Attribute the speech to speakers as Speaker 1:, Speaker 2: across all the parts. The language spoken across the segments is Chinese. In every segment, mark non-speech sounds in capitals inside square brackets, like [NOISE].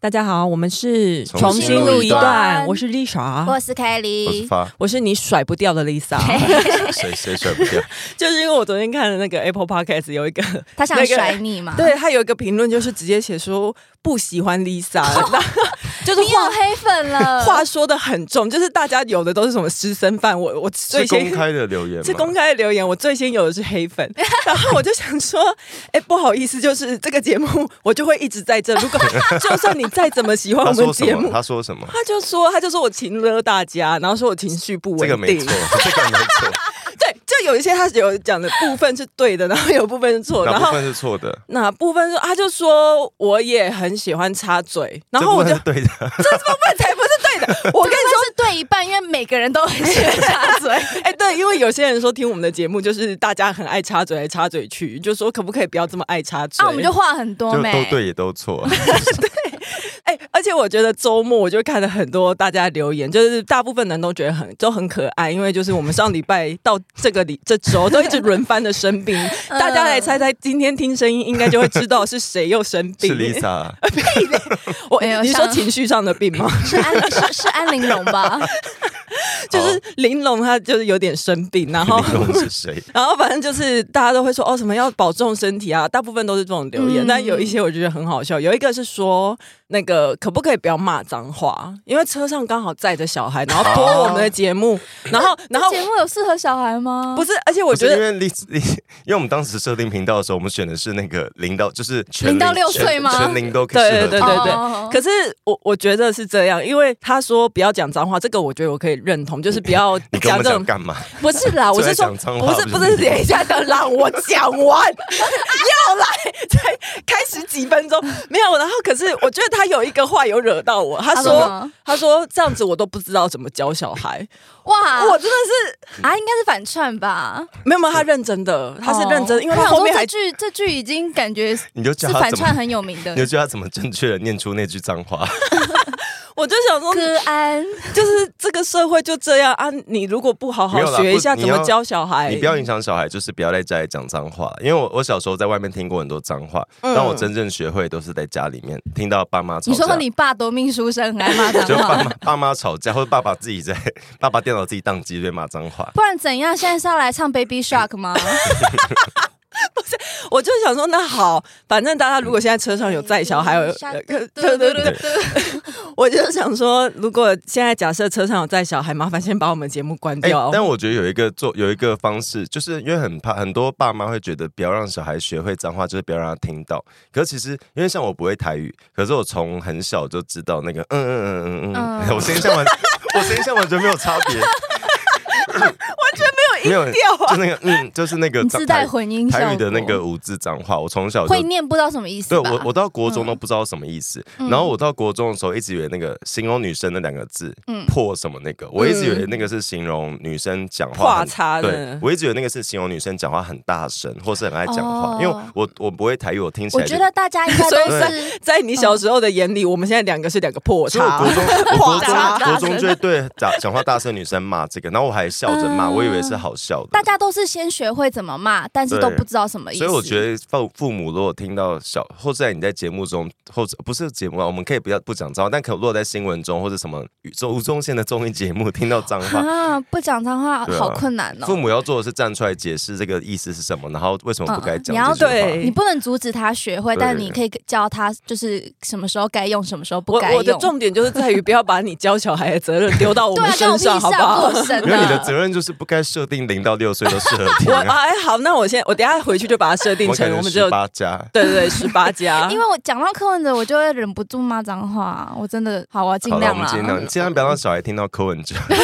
Speaker 1: 大家好，我们是
Speaker 2: 重新录一
Speaker 3: 段
Speaker 1: 我是丽莎，
Speaker 3: 我是
Speaker 2: 我啊是
Speaker 3: Kelly，
Speaker 2: 发，
Speaker 1: 我是你甩不掉的
Speaker 2: [LAUGHS]
Speaker 1: Lisa，
Speaker 2: 谁谁甩不掉？
Speaker 1: 就是因为我昨天看的那个 Apple Podcast 有一个，
Speaker 3: 他想
Speaker 1: 那个
Speaker 3: 甩你嘛？，
Speaker 1: 对他有一个评论，就是直接写说不喜欢
Speaker 2: [LAUGHS]
Speaker 1: Lisa，就是
Speaker 3: 你有
Speaker 1: 话
Speaker 3: 黑粉
Speaker 2: 呃
Speaker 1: [LAUGHS]
Speaker 3: 了。
Speaker 1: 话说的很重，就是大家有的都是什么私生饭，我我 [LAUGHS] 最
Speaker 2: 是
Speaker 1: 先
Speaker 2: 公开的留言吗？
Speaker 1: 是公开的留言，我最先有的是黑粉， [LAUGHS] 然后我就想说，哎、不好意思，就是这个节目我就会一直在这，如
Speaker 2: [LAUGHS]
Speaker 1: 果就算你再怎么喜欢我
Speaker 2: 他
Speaker 1: 们
Speaker 2: 说什
Speaker 1: 节
Speaker 2: 么？
Speaker 1: 目。
Speaker 2: 他说什么？
Speaker 1: 他就说，他就说我情勒大家，然后说我情绪不稳
Speaker 2: 这
Speaker 1: 定。
Speaker 2: 个没错，这个
Speaker 1: [LAUGHS]
Speaker 2: 没错，
Speaker 1: 对，就有一些他有讲的部分是对的，然后有部分是错的。
Speaker 2: 哪
Speaker 1: 然
Speaker 2: 部
Speaker 1: 后
Speaker 2: 分是错的？
Speaker 1: 哪部分是啊他就说我也很喜欢插嘴，然后我就
Speaker 2: 这部分是对的，
Speaker 1: 这部分才不是对的。我跟你
Speaker 3: 是对一半，因为每个人都很喜欢插嘴。
Speaker 1: 说， [LAUGHS] 哎、对，因为有些人说听我们的节目就是大家很爱插嘴来插嘴去，就说可不可以不要这么爱插嘴？
Speaker 3: 啊，我们就话很多
Speaker 2: 就
Speaker 3: 没？
Speaker 2: 都对也都
Speaker 1: [LAUGHS]
Speaker 2: 错。啊
Speaker 1: 哎、而且我觉得周末我就看了很多大家留言，就是大部分人都觉得很都很可爱，因为就是我们上礼
Speaker 3: [LAUGHS]
Speaker 1: 拜到这个礼这周都一直轮番的生病，
Speaker 3: 嗯
Speaker 1: 大家来猜猜，今天听声音应该就会知道是谁又生病。
Speaker 2: 是
Speaker 1: [LAUGHS]
Speaker 2: Lisa，
Speaker 1: 我
Speaker 3: 没有
Speaker 1: 你说
Speaker 3: 像
Speaker 1: 情绪上的病
Speaker 3: [LAUGHS]
Speaker 1: 吗？
Speaker 3: 是安是是安玲珑吧？
Speaker 1: 就是玲珑她就是有点生病，然后
Speaker 2: 好。玲珑是谁？
Speaker 1: [LAUGHS] 然后反正就是大家都会说哦什么要保重身体啊，大部分都是这种留言。
Speaker 3: 嗯
Speaker 1: 但有一些我觉得很好笑，有一个是说那个可不可以不要骂脏话，因为车上刚好载着小孩，然
Speaker 2: 啊
Speaker 1: 后播我们的节目，然
Speaker 2: [LAUGHS]
Speaker 1: 后 [LAUGHS] 然后
Speaker 3: 节目有适合小孩吗？
Speaker 1: 不
Speaker 3: 是，
Speaker 1: 是，而且我
Speaker 2: 不是
Speaker 1: 觉
Speaker 2: 因
Speaker 1: 得。
Speaker 2: 为 Lisa，因为我们当时设定频道的时候，我们选的是那个零到就是全
Speaker 3: 零到六
Speaker 2: 全
Speaker 3: 岁吗
Speaker 2: 全零都可
Speaker 1: 对
Speaker 2: 以适
Speaker 1: 对
Speaker 2: 合
Speaker 1: 对
Speaker 2: 听
Speaker 1: 对对
Speaker 3: 哦
Speaker 1: 可是我我觉得是这样，因为他说不要讲脏话，这个我觉得我可以认同，就是不要
Speaker 2: 你跟我
Speaker 1: 讲
Speaker 2: 们
Speaker 1: 这
Speaker 2: 讲
Speaker 1: 种
Speaker 2: 干嘛？
Speaker 1: 不是
Speaker 2: [LAUGHS]
Speaker 1: 啦，我
Speaker 2: 最
Speaker 1: 是说
Speaker 2: 爱讲脏话
Speaker 1: 不是
Speaker 2: 不是
Speaker 1: 不是，
Speaker 2: 你
Speaker 1: 等一下等让我讲完， [LAUGHS] 要来才开始几分
Speaker 2: [LAUGHS]
Speaker 1: 钟没有，然后可是我觉得他有一个话有惹到我，他
Speaker 2: 啊
Speaker 3: 他说什
Speaker 1: 说
Speaker 3: 么
Speaker 1: 他说这样子我都不知道怎么教小孩，
Speaker 3: 哇，
Speaker 1: 我真的
Speaker 3: 啊，应该是反串吧？
Speaker 1: 是没有没有他认真的，他是认真
Speaker 3: 哦
Speaker 1: 的，因为
Speaker 3: 我
Speaker 1: 他
Speaker 3: 想
Speaker 1: 后
Speaker 3: 说
Speaker 1: 面还
Speaker 3: 这句这句已经感觉是
Speaker 2: 你就教他
Speaker 3: 反
Speaker 2: 怎
Speaker 3: 串
Speaker 2: 么，
Speaker 3: 很有名的
Speaker 2: 你。就教他怎么正确的念出那句脏话。
Speaker 1: 我就想说，
Speaker 3: 歌安，
Speaker 1: 就是这个社会就这样啊，你如果不好
Speaker 2: 没
Speaker 1: 好
Speaker 2: 有啦
Speaker 1: 学一下
Speaker 2: 不
Speaker 1: 怎
Speaker 2: 你
Speaker 1: 么
Speaker 2: 要
Speaker 1: 教小
Speaker 3: 哎
Speaker 1: 孩，
Speaker 2: 你不要影响小孩，就是不要在家里讲脏话。因为我我小时候在外面听过很多脏话，
Speaker 1: 嗯
Speaker 2: 但我真正学会都是在家里面听到爸妈吵架。
Speaker 3: 你说说你啊爸夺命书生很爱骂脏
Speaker 2: 就爸
Speaker 3: 话
Speaker 2: 妈，爸妈吵架，或者爸爸自己在爸爸电脑自己宕机对骂脏话。
Speaker 3: 不然怎样？现在是要来唱 Baby
Speaker 1: [LAUGHS]
Speaker 3: Shark 吗？
Speaker 1: 我就想说，那好，反正大家如果现在车上有载小孩，有呃对对对，我就想说，如果现在假设车上有载小孩，麻烦先把我们节目关
Speaker 2: [LAUGHS] 哎、
Speaker 1: 掉。
Speaker 2: 但我觉得有一个做有一个方式，就是因为很怕很多爸妈会觉得不要让小孩学会脏话，就是不要让他听到。可是其实因为像我不会台语，可是我从很小就知道那个嗯嗯嗯嗯嗯，
Speaker 3: 嗯
Speaker 2: [LAUGHS] 我声音上完，我声音上完全没有差
Speaker 3: [LAUGHS]
Speaker 2: 别，
Speaker 1: 没
Speaker 2: 没有
Speaker 1: 调
Speaker 2: 就
Speaker 1: 啊！
Speaker 2: 那个嗯，就是那个 [LAUGHS]
Speaker 3: 你
Speaker 2: 脏
Speaker 3: 自带
Speaker 2: 台
Speaker 3: 混音效
Speaker 2: 台
Speaker 3: 果
Speaker 2: 语的那个五字脏话，我从小就
Speaker 3: 会念不知道什么意思
Speaker 2: 对
Speaker 3: 吧？嗯
Speaker 2: 我，我到国中都不知道什么意思。然后我到国中的时候，一直以为那个形容女生那两个字，
Speaker 3: 嗯
Speaker 2: 破什么那个，我一直以为那个是形容女生讲话
Speaker 1: 话
Speaker 2: 很。
Speaker 1: 叉
Speaker 2: 对
Speaker 1: 的，，
Speaker 2: 我一直以为那个是形容女生讲话很大声，或是很爱讲话，
Speaker 3: 哦
Speaker 2: 因为我我不会台语，我听起
Speaker 3: 我
Speaker 2: 来就
Speaker 3: 觉得大家应该都是
Speaker 1: 在你小时候的眼里，我们现在两个是两个破
Speaker 2: 所以我
Speaker 1: 叉
Speaker 2: 国。中，我国中
Speaker 1: 话
Speaker 3: 大
Speaker 2: 国中就会对讲讲话大声的女生骂这个，然后我还笑着骂，
Speaker 3: 嗯
Speaker 2: 我以为是好笑的。
Speaker 3: 大家都是先学会怎么骂，但是都不知道什么意思。
Speaker 2: 所以我觉得父父母如果听到小，或者在你在节目中，或者不是节目啊，我们可以不要不讲脏话，但可如果在新闻中或者什么宇宙吴宗宪的综艺节目听到脏
Speaker 1: [LAUGHS]
Speaker 2: 话，
Speaker 3: 啊，不讲脏话
Speaker 2: 对啊
Speaker 3: 好困难
Speaker 2: 父
Speaker 3: 哦。
Speaker 2: 母要做的是站出来解释这个意思是什么，然后为什么不该讲
Speaker 3: 嗯你要
Speaker 2: 这
Speaker 1: [LAUGHS]
Speaker 2: 句话。
Speaker 1: 对
Speaker 3: 你不能阻止他学会，
Speaker 2: 对
Speaker 3: 但你可以教他就是什么时候该用，什么时候不
Speaker 1: 我
Speaker 3: 该
Speaker 1: 我的
Speaker 3: 用。
Speaker 1: 重点就是在于不要把你教小孩的责任丢到我
Speaker 3: 对
Speaker 1: 们
Speaker 3: 啊，跟
Speaker 1: [LAUGHS]
Speaker 3: 我
Speaker 1: 身
Speaker 3: 屁事
Speaker 1: 上，
Speaker 3: 啊，
Speaker 1: 好不好？
Speaker 2: [LAUGHS]
Speaker 3: 过神
Speaker 2: 因为你的
Speaker 3: 啊
Speaker 2: 责任就是不该设定零到六岁都适合听
Speaker 1: [LAUGHS] 我
Speaker 2: 啊，
Speaker 1: 哎，好，那我先我等一下回去就把它设定
Speaker 2: 我
Speaker 1: 成
Speaker 2: 感
Speaker 1: 我
Speaker 2: 觉
Speaker 1: 们只有
Speaker 2: 十八加。
Speaker 1: 对对对十八 [LAUGHS] 加，
Speaker 3: 因为我讲到柯文哲，我就会忍不住骂脏话，我真的好，我要尽
Speaker 2: 好了，我
Speaker 3: 量
Speaker 2: 们
Speaker 3: 啦。
Speaker 2: 尽量，尽量不要让小孩听到柯文哲， [LAUGHS]
Speaker 1: 哎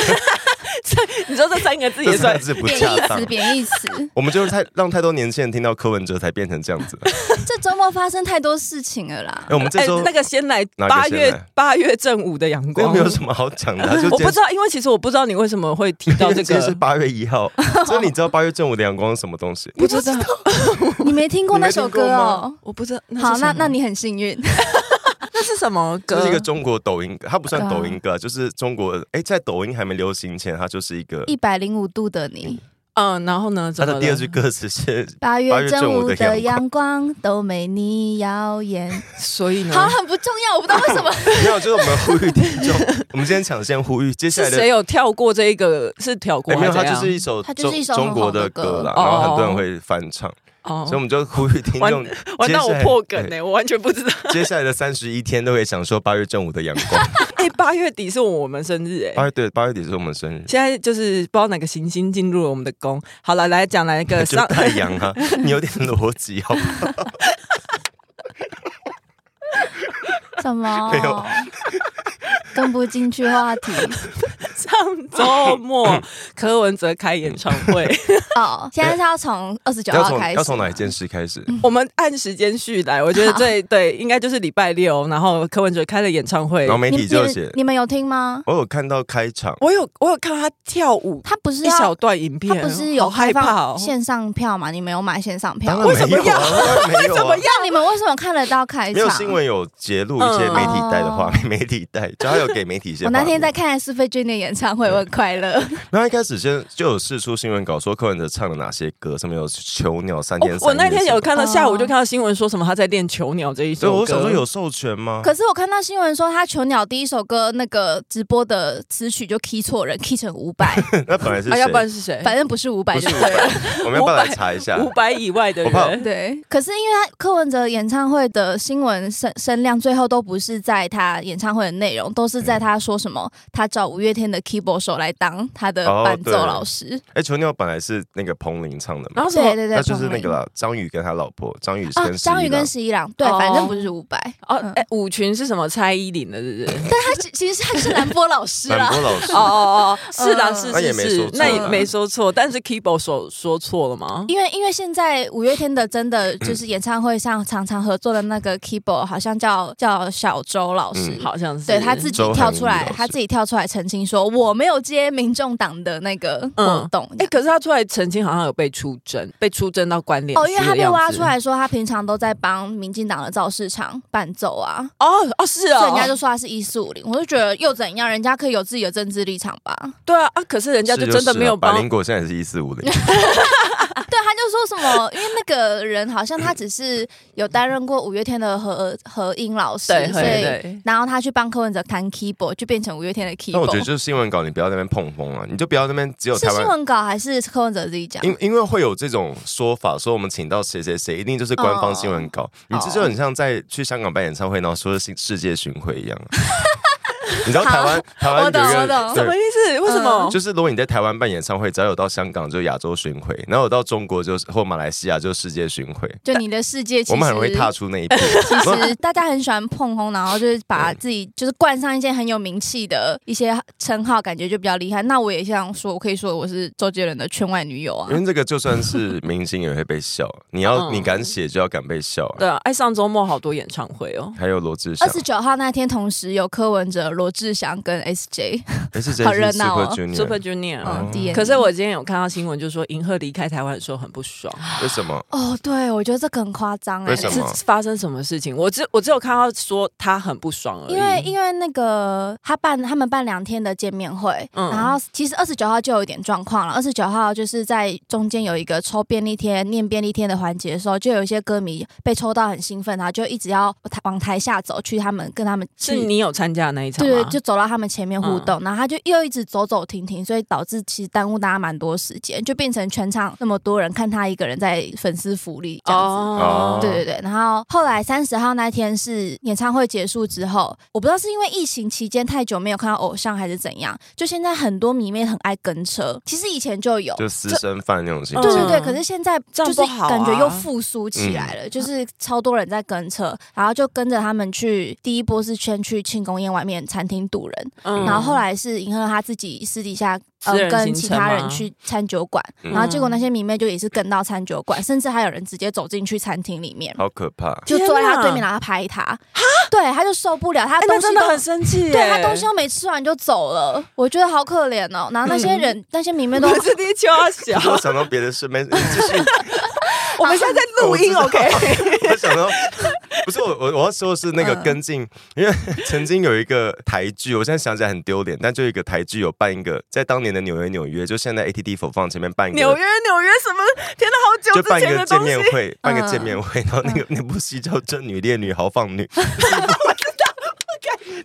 Speaker 1: 你说这三个字
Speaker 2: 这
Speaker 1: 也
Speaker 2: [LAUGHS] 三
Speaker 1: 算
Speaker 2: 个字不
Speaker 3: [LAUGHS] 贬
Speaker 2: 恰
Speaker 3: 义
Speaker 2: 当
Speaker 3: 词，。贬义词。
Speaker 2: 我们就是太让太多年轻人听到柯文哲才变成这样子了。
Speaker 3: 这周末发生太多事情了啦
Speaker 2: 哎，。我们这
Speaker 1: 哎
Speaker 2: 周，
Speaker 1: 那个先来
Speaker 2: 哪个
Speaker 1: 八
Speaker 2: 先
Speaker 1: 月
Speaker 2: 来
Speaker 1: 八月正午的阳
Speaker 2: 这
Speaker 1: 光
Speaker 2: 没，有什么好讲的啊，就
Speaker 1: [LAUGHS] 我
Speaker 2: 今天
Speaker 1: 不知道，因为其实我不知道你为什么会提到
Speaker 2: [LAUGHS]
Speaker 1: 这
Speaker 2: 今天是
Speaker 1: 个，
Speaker 2: 八月一
Speaker 1: [LAUGHS]
Speaker 2: 号，所以你知道八月正午的阳光是什么东西？
Speaker 1: 不知道，
Speaker 3: [LAUGHS] 你没听过那首歌哦？
Speaker 1: 我不知道。
Speaker 3: 好，那那
Speaker 1: 你
Speaker 3: 你很幸运。
Speaker 1: 那是什么
Speaker 2: 这
Speaker 1: 歌？
Speaker 2: 是一个中国抖音歌，它不算抖音歌啊，就是中国哎，在抖音还没流行前，它就是一个
Speaker 3: 一百零五度的你，
Speaker 1: 嗯，然后呢？怎
Speaker 2: 他
Speaker 1: 么
Speaker 2: 的第二
Speaker 1: 了
Speaker 2: 句歌词是
Speaker 3: 八
Speaker 2: 八
Speaker 3: 月
Speaker 2: 月
Speaker 3: 正
Speaker 2: 正午
Speaker 3: 午
Speaker 2: 的
Speaker 3: 的
Speaker 2: 阳
Speaker 3: 阳光都没你耀眼，
Speaker 1: 所以呢？
Speaker 3: 好，很不重要，我不知道为
Speaker 1: [LAUGHS]
Speaker 3: 什么。
Speaker 2: 没有，就是我们呼吁听众，我们今天抢先呼吁，接下来
Speaker 1: 是
Speaker 2: 的
Speaker 1: 谁有跳过这一个？是跳过
Speaker 2: 哎，
Speaker 1: 还
Speaker 2: 没有，
Speaker 1: 怎
Speaker 2: 它就
Speaker 1: 样？
Speaker 2: 是一首
Speaker 3: 它就是
Speaker 2: 中
Speaker 3: 一首很
Speaker 2: 中国
Speaker 3: 红的
Speaker 2: 的歌
Speaker 3: 歌
Speaker 2: 啦，
Speaker 1: 哦
Speaker 2: 然后很多人会翻唱，所以我
Speaker 1: 哦，
Speaker 2: 们就呼吁听众，
Speaker 1: 完蛋，
Speaker 2: 接
Speaker 1: 哦我
Speaker 2: 下来
Speaker 1: 破梗
Speaker 2: 哎
Speaker 1: 呢、我完全不知道。
Speaker 2: 接下来的三十一天都可以享受八月正午的阳光。
Speaker 1: [LAUGHS] 哎、八月底是我们生日哎、
Speaker 2: 八月对，八月底是我们生日，
Speaker 1: 现在就是不知道哪个行星进入了我们的宫。好了，来讲来一个
Speaker 2: [LAUGHS] 就
Speaker 1: 上
Speaker 2: 太阳啊，你有点逻辑好不好？
Speaker 3: 什么
Speaker 2: 没有？
Speaker 3: 跟不进去话
Speaker 1: [LAUGHS]
Speaker 3: 题
Speaker 1: [LAUGHS] 上周
Speaker 2: [LAUGHS]
Speaker 1: 末柯文哲开演唱会，
Speaker 3: 哦。现在是要从二十九
Speaker 2: 要
Speaker 3: 号
Speaker 2: 从
Speaker 3: 哦开始，
Speaker 2: 要从哪一？件事开始？
Speaker 1: 我们按时间序来，我觉得
Speaker 2: [LAUGHS]
Speaker 1: 最对应该就是礼拜六，然后柯文哲开了演唱会
Speaker 2: 然后。媒
Speaker 3: 你
Speaker 2: 体就写
Speaker 3: 你，你们有听吗？
Speaker 2: 我有看到开场，
Speaker 1: 我有我有看到他跳舞
Speaker 3: 他不是
Speaker 1: 一
Speaker 3: 要
Speaker 1: 小段影
Speaker 3: 他
Speaker 1: 片，
Speaker 3: 不是有
Speaker 1: 好害
Speaker 3: 开
Speaker 1: 怕哦
Speaker 3: 放。线上票嘛？你们有买线上票
Speaker 2: 当
Speaker 3: 吗？
Speaker 2: 然
Speaker 1: 为什么
Speaker 2: 没有啊，当然没有啊。
Speaker 3: 那你们为什么看得到开
Speaker 2: 没有
Speaker 3: 场？
Speaker 2: 新闻有揭露一些媒体带的画面， [LAUGHS] 媒体带，就他有给媒体一些
Speaker 3: 我
Speaker 2: 画面。
Speaker 3: 那天在看是非君的演唱会，我很快乐。
Speaker 2: 然后一开始先就有试出新闻稿说柯文哲唱了哪些歌，上面有《囚鸟》三天
Speaker 1: 我
Speaker 2: 三夜、
Speaker 1: 我那天有，看到
Speaker 3: 哦
Speaker 1: 下午就看到新闻说什么他在练《囚鸟》这一
Speaker 2: 所
Speaker 1: 首歌，
Speaker 2: 以
Speaker 1: 啊
Speaker 2: 我想说有授权吗？
Speaker 3: 可是我看到新闻说，他《囚鸟》第一首歌那个直播的词曲就 key 错人，key 成五
Speaker 2: [LAUGHS]
Speaker 3: 百，
Speaker 2: [LAUGHS] 那本来是
Speaker 1: 啊，
Speaker 2: 谁？
Speaker 1: 要不然是谁？
Speaker 3: 反正不是五百
Speaker 2: 不
Speaker 3: 就是对了。
Speaker 2: 我们要不要来查一下？
Speaker 1: 五百以外的
Speaker 2: 啊我怕
Speaker 1: 人，
Speaker 3: [LAUGHS] 对，可是因为他柯文哲演唱会的新闻声声量，最后都不是在他演唱会的内容，都是在他说什么，他找五月天的 keyboard 手来当他的
Speaker 2: 嗯哦
Speaker 3: 伴奏
Speaker 2: 对
Speaker 3: 老师。
Speaker 2: 哎，《囚鸟》本来是那个彭羚唱的嘛，
Speaker 1: 然啊后什
Speaker 3: 对
Speaker 1: 么
Speaker 3: 哦对对，
Speaker 2: 那就是
Speaker 3: 彭
Speaker 2: 那
Speaker 3: 羚
Speaker 2: 个啦，张宇跟他老婆张宇
Speaker 3: 啊
Speaker 2: 跟，十
Speaker 3: 张宇
Speaker 2: 一郎
Speaker 3: 跟十一郎，对，
Speaker 1: 哦
Speaker 3: 反正不是五百。 [LAUGHS]
Speaker 1: 哦
Speaker 3: 嗯，
Speaker 1: 哎，舞群是什么？蔡依林的，
Speaker 3: [LAUGHS]
Speaker 1: 是不是？
Speaker 3: 但他其其实他是兰波老师啊
Speaker 2: 兰
Speaker 3: 啦，
Speaker 2: 波老师
Speaker 1: 哦哦哦，是的，
Speaker 3: 嗯
Speaker 1: 是
Speaker 2: 那也
Speaker 1: 是
Speaker 2: 没说
Speaker 1: 是
Speaker 2: 错，
Speaker 1: 那也
Speaker 2: 啊
Speaker 1: 没说错，但是 Keyboard 说说错了吗？
Speaker 3: 因为因为现在五月天的真的就是演唱会上常常合作的那个 keyboard 好像叫叫小周老师，
Speaker 2: 嗯
Speaker 1: 好像是，
Speaker 3: 对他自己
Speaker 2: 周
Speaker 3: 跳
Speaker 2: 汉
Speaker 3: 出
Speaker 2: 仪老
Speaker 3: 来
Speaker 2: 师，
Speaker 3: 他自己跳出来澄清说我没有接民众党的那个活动。
Speaker 1: 哎，可是他出来澄清，好像有被出征，被出征到关联
Speaker 3: 哦，因为
Speaker 1: 司
Speaker 3: 他
Speaker 1: 的
Speaker 3: 被
Speaker 1: 样
Speaker 3: 挖
Speaker 1: 子
Speaker 3: 出。来说，他平常都在帮民进党的造市场伴奏啊，
Speaker 1: 哦哦，是
Speaker 3: 所以
Speaker 1: 哦，
Speaker 3: 人家就说他是一四五零，我就觉得又怎样，人家可以有自己的政治立场吧。
Speaker 1: 对啊啊！可是 [LAUGHS] 人家
Speaker 2: 是
Speaker 1: 就真的没有
Speaker 2: 是啊百
Speaker 1: 帮
Speaker 2: 灵果现在也是一四五零，
Speaker 3: 对，他就说什么，因为那个人好像他只是有担任过五月天的和和音老师，
Speaker 1: 对
Speaker 3: 所
Speaker 1: 对
Speaker 3: 以
Speaker 1: 对，
Speaker 3: 然后他去帮柯文哲弹 keyboard，就变成五月天的
Speaker 2: 那我觉得
Speaker 3: keyboard。
Speaker 2: 就是新闻稿，你不要在那边碰风啊了，你就不要在那边只有
Speaker 3: 是
Speaker 2: 台
Speaker 3: 新
Speaker 2: 湾。
Speaker 3: 闻稿还是柯文哲自己讲？
Speaker 2: 因因为会有这种说法，说我们请到谁谁谁，一定就是官方新闻
Speaker 3: 哦
Speaker 2: 稿。你这就很像在去香港办演唱会，然后说世世界巡回一
Speaker 3: [LAUGHS]
Speaker 2: 样。啊你知道台湾台湾有一
Speaker 3: 我懂我
Speaker 2: 个
Speaker 3: 懂
Speaker 1: 哦什么
Speaker 2: 对，嗯
Speaker 1: 意思？为什么？
Speaker 2: 就是如果你在台湾办演唱会，只要有到香港就亚洲巡回，然后有到中国就是或马来西亚就世界巡回。
Speaker 3: 就你的世界，其
Speaker 2: 我们很会踏
Speaker 3: 实
Speaker 2: 出那
Speaker 3: [LAUGHS]
Speaker 2: 一步。
Speaker 3: 其实大家很喜欢碰轰，然后就是把自己就是冠上一些很有名气的一些称号，感觉就比较厉害。那我也想说，我可以说我是周杰伦的圈外女友啊
Speaker 2: 因。为这个就算是明星也会被笑，你要
Speaker 1: 嗯
Speaker 2: 你敢写就要敢被笑啊。
Speaker 1: 对啊，哎，上周末好多演唱会哦，
Speaker 2: 还有罗志祥
Speaker 3: 二，十九号那天，同时有柯文哲、罗志祥跟 SJ，
Speaker 2: 哎，是谁
Speaker 3: 好
Speaker 2: 是
Speaker 3: 热闹
Speaker 2: Super
Speaker 3: 哦
Speaker 2: Junior
Speaker 1: Super Junior，、
Speaker 2: 哦
Speaker 3: 嗯，D。
Speaker 1: 可是我今天有看到新闻，就说银赫离开台湾的时候很不
Speaker 2: [LAUGHS]
Speaker 1: 爽，
Speaker 2: 为什么？
Speaker 3: 哦，对，我觉得这个很夸张哎、
Speaker 2: 为什么
Speaker 1: 是发生什么事情？我只我只有看到说他很不爽而已。
Speaker 3: 因为因为那个他办他们办两天的见面会，
Speaker 1: 嗯
Speaker 3: 然后其实二十九号就有一点状况了。二十九号就是在中间有一个抽便利贴、念便利贴的环节的时候，就有一些歌迷被抽到很兴奋，然后就一直要台往台下走去，他们跟他们
Speaker 1: 是
Speaker 3: 去
Speaker 1: 你有参加那一场
Speaker 3: 对
Speaker 1: 吗？嗯
Speaker 3: 对，就走到他们前面互动，然后他就又一直走走停停，所以导致其实耽误大家蛮多时间，就变成全场那么多人看他一个人在粉丝福利这样子。
Speaker 1: 哦
Speaker 2: 嗯
Speaker 3: 对对对，然后后来三十号那天是演唱会结束之后，我不知道是因为疫情期间太久没有看到偶像还是怎样，就现在很多迷妹很爱跟车，其实以前就有，
Speaker 2: 就私生饭那种性
Speaker 1: 这
Speaker 2: 质
Speaker 3: 对对对，
Speaker 1: 嗯
Speaker 3: 可是现在
Speaker 1: 这
Speaker 3: 就
Speaker 1: 样
Speaker 3: 是
Speaker 1: 不好啊
Speaker 3: 感觉又复苏起来
Speaker 2: 嗯
Speaker 3: 了，就是超多人在跟车，然后就跟着他们去，第一波是先去庆功宴外面餐厅堵人，
Speaker 1: 嗯
Speaker 3: 然后后来是银赫他自己私底下呃
Speaker 1: 私人
Speaker 3: 跟
Speaker 1: 行
Speaker 3: 其
Speaker 1: 程
Speaker 3: 他
Speaker 1: 吗
Speaker 3: 人去餐酒馆，
Speaker 2: 嗯
Speaker 3: 然后结果那些迷妹就也是跟到餐酒馆，甚至还有人直接走进去餐厅里面。
Speaker 2: 好可
Speaker 3: [LAUGHS]
Speaker 2: 怕。
Speaker 3: 就坐在
Speaker 1: 天哪
Speaker 3: 他对面，然后拍他，对，他就受不了，他
Speaker 1: 哎，
Speaker 3: 东
Speaker 1: 那
Speaker 3: 西
Speaker 1: 真
Speaker 3: 都
Speaker 1: 的很欸生气耶。
Speaker 3: 对他东西都没吃完就走了，我觉得好可怜哦。然后那些人，那些
Speaker 1: [LAUGHS]
Speaker 3: 迷妹都，
Speaker 1: 我嗯是地球要小，
Speaker 3: [LAUGHS]
Speaker 2: 我想到别的事没，就是
Speaker 1: 我们现在在录音
Speaker 2: [LAUGHS] 我知道
Speaker 1: ，OK？
Speaker 2: 我想到，不是我我我要说的是那个
Speaker 3: 嗯
Speaker 2: 跟进，因为 [LAUGHS] 曾经有一个台剧，我现在想起来很丢脸，但就有一个台剧有办一个在当年的纽约纽约，就现在 ATT 否放前面办一
Speaker 1: 纽
Speaker 2: 个。
Speaker 1: 约，纽约什么？天哪，好久
Speaker 2: 就
Speaker 1: 之
Speaker 2: 办一
Speaker 1: 前
Speaker 2: 个
Speaker 1: 的
Speaker 2: 见
Speaker 1: 东西
Speaker 2: 面。
Speaker 1: [LAUGHS]
Speaker 2: 会，办一个见
Speaker 3: 嗯
Speaker 2: 面会，然后那个那部戏叫《真女烈女豪放
Speaker 3: [LAUGHS]
Speaker 2: 女》， [LAUGHS]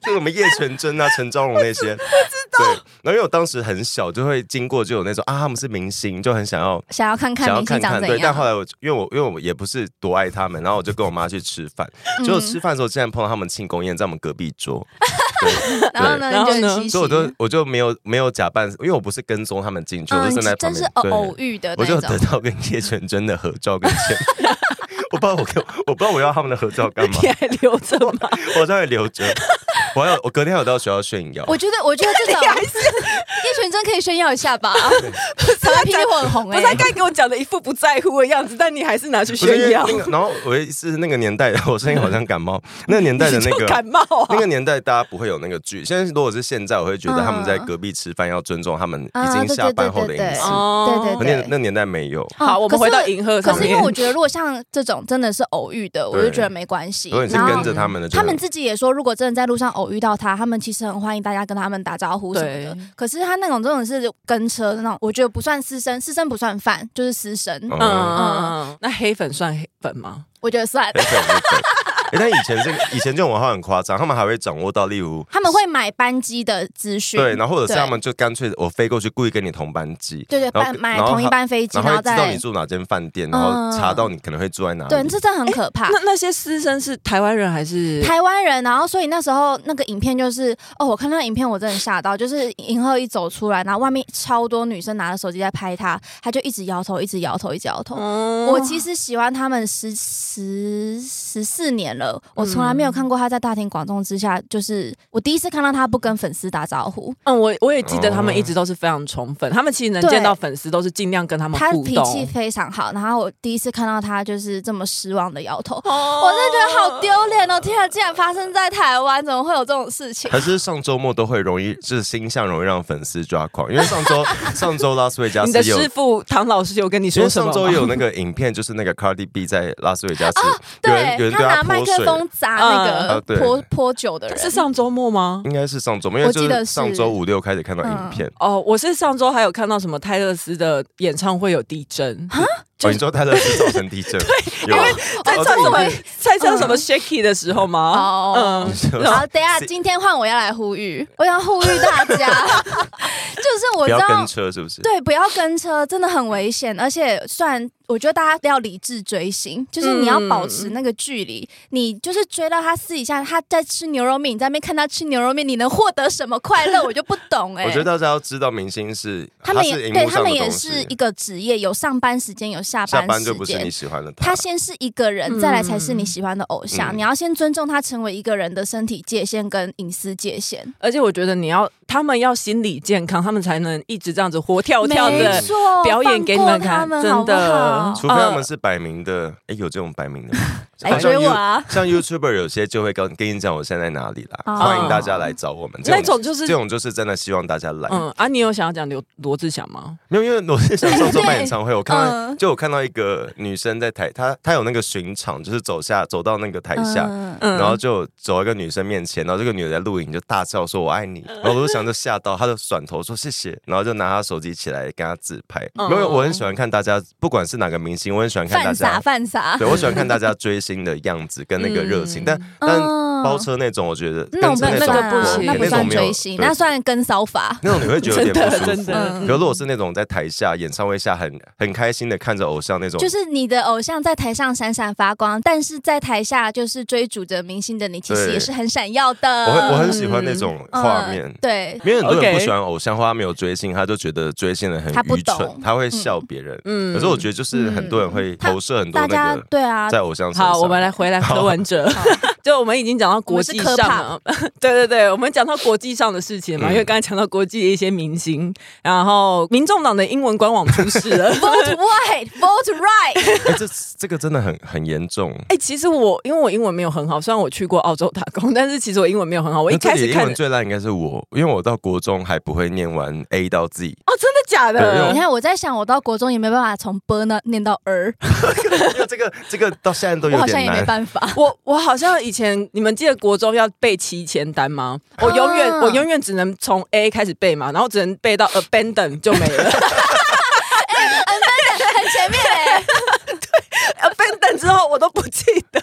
Speaker 2: 就我们叶全真啊、陈昭荣那些，对。然后因为我当时很小，就会经过就有那种啊，他们是明星，就很想要
Speaker 3: 想要看看
Speaker 2: 想要
Speaker 3: 明
Speaker 2: 看
Speaker 3: 星
Speaker 2: 看，
Speaker 3: 长怎
Speaker 2: 对，但后
Speaker 3: 样。
Speaker 2: 来我因为我因为我也不是多爱他们，然后我就跟我妈去吃饭，
Speaker 3: 嗯
Speaker 2: 结果吃饭的时候竟然碰到他们庆功宴在我们隔壁桌，对
Speaker 3: [LAUGHS] 然后呢，
Speaker 1: 对
Speaker 3: 你就很
Speaker 1: 然后呢
Speaker 3: 稀奇
Speaker 2: 所以我就我就没有没有假扮，因为我不是跟踪他们进去，我
Speaker 3: 嗯，
Speaker 2: 是
Speaker 3: 你
Speaker 2: 站在旁
Speaker 3: 真
Speaker 2: 边，
Speaker 3: 是偶
Speaker 2: 对
Speaker 3: 偶遇的
Speaker 2: 我
Speaker 3: 那
Speaker 2: 就
Speaker 3: 种。
Speaker 2: 得到跟叶全真的合照跟签， [LAUGHS] 我不知道我 [LAUGHS] 跟我不知道我要他们的合照干
Speaker 1: [LAUGHS]
Speaker 2: 嘛
Speaker 1: 你，还留着
Speaker 3: [LAUGHS]
Speaker 1: 吗？
Speaker 2: 我当然留着，我还有我隔天还有到学校炫耀，
Speaker 3: 我觉得，我觉得
Speaker 1: [LAUGHS]
Speaker 3: 这种叶璇真可以炫耀一下吧， [LAUGHS] 他霹雳火很红
Speaker 1: 不
Speaker 3: 哎
Speaker 1: 是，他刚才给我讲的一副不在乎的样子，但你还是拿去
Speaker 2: 不是因
Speaker 1: 炫
Speaker 2: 为
Speaker 1: 耀
Speaker 2: 那，个，然后我是那个年代， [LAUGHS] 我声音好像感冒，那个年代的那
Speaker 1: [LAUGHS] 你就
Speaker 2: 个
Speaker 1: 感冒啊
Speaker 2: 那个！年代大家不会有那个剧，现在如果是现在，我会觉得他们在隔壁吃饭要尊重他们
Speaker 1: 啊
Speaker 2: 已经下班后的隐私。
Speaker 1: 哦
Speaker 3: 啊
Speaker 2: 我
Speaker 3: 对对对对
Speaker 2: 那那年代没有，
Speaker 3: 哦
Speaker 1: 好，我们回到
Speaker 3: 可是
Speaker 1: 银河
Speaker 3: 可
Speaker 1: 上
Speaker 3: 是因
Speaker 1: 面
Speaker 3: 为。我觉得，如果像这种真的是偶遇的，我就觉得没关系
Speaker 2: 如果。你是
Speaker 3: 然
Speaker 2: 跟
Speaker 3: 后
Speaker 2: 着他们的，
Speaker 3: 他们自己也说，如果真的在路上偶遇到他，他们其实很欢迎大家跟他们打招呼什么的
Speaker 1: 对。
Speaker 3: 可是他那种真的是跟车的那种，我觉得不算私生，私生不算犯，就是私生，
Speaker 2: 嗯，
Speaker 1: 嗯
Speaker 2: 嗯
Speaker 1: 嗯，那黑粉算黑粉吗？
Speaker 3: 我觉得算。
Speaker 2: 对对 [LAUGHS] 对。哎，但以前这个以前这种文化很夸张，他们还会掌握到，例如
Speaker 3: 他们会买班机的资讯，
Speaker 2: 对，然后或者是
Speaker 3: 对
Speaker 2: 他们就干脆我飞过去故意跟你同班机，
Speaker 3: 对对，
Speaker 2: 然后
Speaker 3: 班买
Speaker 2: 然后
Speaker 3: 同一
Speaker 2: 他
Speaker 3: 班飞机，
Speaker 2: 然
Speaker 3: 然
Speaker 2: 后会
Speaker 3: 后
Speaker 2: 知道你
Speaker 3: 再
Speaker 2: 住哪间饭店，然后查到你可能会住在哪里。
Speaker 3: 嗯对，这真的很可怕。
Speaker 1: 那那些私生是台湾人还是？
Speaker 3: 台湾人，然后所以那时候那个影片就是，哦，我看那个影片我真的吓到，就是银赫一走出来，然后外面超多女生拿着手机在拍他，他就一直摇头，一直摇头，一直摇头。
Speaker 1: 嗯
Speaker 3: 哦我其实喜欢他们十十十四年了，我从来
Speaker 2: 嗯
Speaker 3: 没有看过他在大庭广众之下，就是我第一次看到他不跟粉丝打招呼，
Speaker 1: 嗯，我我也记得他
Speaker 2: 哦
Speaker 1: 们一直都是非常宠粉，他们其实能见到粉丝都是尽量跟他们
Speaker 3: 他
Speaker 1: 互
Speaker 3: 脾气
Speaker 1: 动。
Speaker 3: 非常好，然后我第一次看到他就是这么失望的摇头，
Speaker 2: 哦
Speaker 1: 我
Speaker 3: 哦我真的觉得好丢脸哦！天啊，竟然发生在台湾，怎么会有这种事情？
Speaker 2: 还是上周末都会容易，就是星象容易让粉丝抓狂，因为上
Speaker 3: [LAUGHS]
Speaker 2: 周上周拉斯维加
Speaker 1: 你
Speaker 2: 斯
Speaker 1: 的
Speaker 2: 有
Speaker 1: 师傅唐老师有跟你
Speaker 2: 因
Speaker 1: 说
Speaker 2: 为
Speaker 1: 什么
Speaker 2: 上
Speaker 1: 吗？
Speaker 2: 周
Speaker 3: [LAUGHS]
Speaker 2: 有那个影片，就是那个 Cardi B 在拉斯维加斯，有人有
Speaker 3: 哦对
Speaker 2: 人
Speaker 3: 他
Speaker 2: 对
Speaker 3: 拿麦
Speaker 2: 泼
Speaker 3: 克
Speaker 2: 水，
Speaker 3: 风砸那
Speaker 1: 嗯
Speaker 2: 啊
Speaker 3: 个
Speaker 2: 对
Speaker 3: 泼泼酒的人，
Speaker 1: 是上周末吗？
Speaker 2: 应该是上周，因为
Speaker 3: 我
Speaker 2: 就
Speaker 3: 记得是嗯
Speaker 2: 上周五六开始看到影片。
Speaker 1: 哦，我是上周还有看到什么泰勒斯的演唱会有地震，
Speaker 3: 啊
Speaker 1: 就
Speaker 2: 哦，你说他的是造成地
Speaker 3: [LAUGHS]
Speaker 2: 震，有
Speaker 1: 因为在
Speaker 2: 哦
Speaker 1: 唱什么
Speaker 2: 这个
Speaker 1: 在唱什么 Shaky 的时候吗？
Speaker 3: 嗯哦
Speaker 1: 嗯，
Speaker 3: 好，等一下，
Speaker 2: 是
Speaker 3: 今天换我要来呼吁，我要呼吁
Speaker 2: [LAUGHS]
Speaker 3: 大家， [LAUGHS] 就是
Speaker 2: [LAUGHS]
Speaker 3: 我
Speaker 2: 不
Speaker 3: 知
Speaker 2: 要
Speaker 3: 道
Speaker 2: 跟，车是不是？
Speaker 3: 对，不要跟车，真的很危险。而且，虽然我觉得大家要理智追星，就是你要
Speaker 2: 嗯
Speaker 3: 保持那个距离，你就是追到他私底下，他在吃牛肉面，你在那边看他吃牛肉面，你能获得什么快乐？我就不懂哎、
Speaker 2: 我觉得大家要知道，明星是
Speaker 3: 他们
Speaker 2: 是
Speaker 3: 也
Speaker 2: 荧
Speaker 3: 对
Speaker 2: 幕
Speaker 3: 他
Speaker 2: 上
Speaker 3: 们
Speaker 2: 的
Speaker 3: 也
Speaker 2: 东
Speaker 3: 是一
Speaker 2: 西，
Speaker 3: 个职业，有上班时间，有下
Speaker 2: 下
Speaker 3: 班
Speaker 2: 班
Speaker 3: 时
Speaker 2: 就不是
Speaker 3: 间
Speaker 2: 你。喜欢的他
Speaker 3: 他。先是一个人，再来才是你喜欢的偶像。
Speaker 2: 嗯
Speaker 3: 你要先尊重他成为一个人的身体界限跟隐私界限。
Speaker 1: 而且我觉得你要他们要心理健康，他们才能一直这样子活跳跳
Speaker 3: 没
Speaker 1: 的。
Speaker 3: 错，
Speaker 1: 表演给你们看
Speaker 3: 放过他们
Speaker 1: 真的
Speaker 3: 好不好
Speaker 2: 除非他们是摆明的，哎、有这种摆明的吗？
Speaker 3: 来
Speaker 2: 好像
Speaker 3: 追我
Speaker 2: You-
Speaker 3: 啊！
Speaker 2: 像 YouTuber 有些就会跟跟你讲我现在在哪里啦，
Speaker 3: 哦
Speaker 2: 欢迎大家来找我们。这
Speaker 1: 那
Speaker 2: 种
Speaker 1: 种就是
Speaker 2: 这种就是真的希望大家来，
Speaker 1: 嗯啊，你有想要讲刘罗志祥吗？
Speaker 2: 没有，因为罗志祥上周办演唱会，我看到、
Speaker 3: 嗯
Speaker 2: 就我看到一个女生在台，她她有那个巡场，就是走下走到那个台下。
Speaker 3: 嗯
Speaker 1: 嗯，
Speaker 2: 然后就走到一个女生面前，然后这个女的在录影，就大叫说“我爱你”，
Speaker 3: 嗯
Speaker 2: 然后罗志祥就吓到，他就转头说“谢谢”，然后就拿他手机起来跟他自拍。
Speaker 1: 嗯
Speaker 2: 没有，我很喜欢看大家，不管是哪个明星，我很喜欢看大
Speaker 3: 犯傻
Speaker 2: 家，
Speaker 3: 犯傻。
Speaker 2: 对我喜欢看大家追星的样子跟那个热情。
Speaker 1: 嗯
Speaker 2: 但但
Speaker 3: 嗯
Speaker 2: 包车那种，我觉得
Speaker 3: 那种
Speaker 2: 跟车
Speaker 3: 不
Speaker 1: 那个不行
Speaker 2: 种
Speaker 3: 算啊，那不
Speaker 1: 那
Speaker 3: 算
Speaker 1: 种
Speaker 2: 没有
Speaker 3: 追星，
Speaker 2: 对
Speaker 3: 那算跟骚法。
Speaker 2: 那种你会觉得有点不舒
Speaker 3: [LAUGHS]
Speaker 2: 服。
Speaker 1: 真的真的嗯
Speaker 2: 可是如果是那种在台下演唱会下很很开心的看着偶像那种，
Speaker 3: 就是你的偶像在台上闪闪发光，但是在台下就是追逐着明星的你，其实
Speaker 2: 对
Speaker 3: 也是很闪耀的。
Speaker 2: 我会我很喜欢那种画面。
Speaker 3: 嗯对，
Speaker 2: 因为很多人
Speaker 1: OK
Speaker 2: 不喜欢偶像，或他没有追星，他就觉得追星的很
Speaker 3: 他不
Speaker 2: 愚蠢
Speaker 3: 懂，嗯
Speaker 2: 他会笑别人。
Speaker 1: 嗯
Speaker 2: 可是我觉得就是很多人会投射很多那
Speaker 3: 大家
Speaker 2: 个
Speaker 3: 对啊。
Speaker 2: 在偶像身上。
Speaker 1: 好，我们来回来柯文哲。 [LAUGHS]
Speaker 3: 好
Speaker 1: 就我们已经讲到国际上了， [LAUGHS] 对对对，我们讲到国际上的事情嘛，
Speaker 2: 嗯
Speaker 1: 因为刚才讲到国际的一些明星，然后民众党的英文官网出事了。 [LAUGHS]
Speaker 3: Vote right, vote right。
Speaker 2: 哎、这这个真的很很严重。
Speaker 1: 哎、其实我因为我英文没有很好，虽然我去过澳洲打工，但是其实我英文没有很好。我一
Speaker 2: 那这
Speaker 1: 开
Speaker 2: 里
Speaker 1: 始
Speaker 2: 英
Speaker 1: 看哦
Speaker 2: 文最烂应该是我，因为我到国中还不会念
Speaker 3: [LAUGHS]
Speaker 2: 完 A 到 Z，
Speaker 1: 哦，真的假
Speaker 2: [LAUGHS] 对因为
Speaker 1: 的？
Speaker 3: 你看，我在想，我到国中也没办法从 b 呢念到 er，
Speaker 2: 因为这个这个到现在都
Speaker 3: 我
Speaker 2: 有
Speaker 3: 好像
Speaker 2: 点
Speaker 3: 也没
Speaker 2: 难。
Speaker 3: 办法。
Speaker 1: [LAUGHS] 我我好像以前你们记得国中要背七千单吗？我永远、
Speaker 3: 啊
Speaker 1: 我永远只能从 A 开始背嘛，然后只能背到 abandon 就没了。
Speaker 3: [LAUGHS] 很前面哎、 [LAUGHS]
Speaker 1: abandon 之后我都不记得。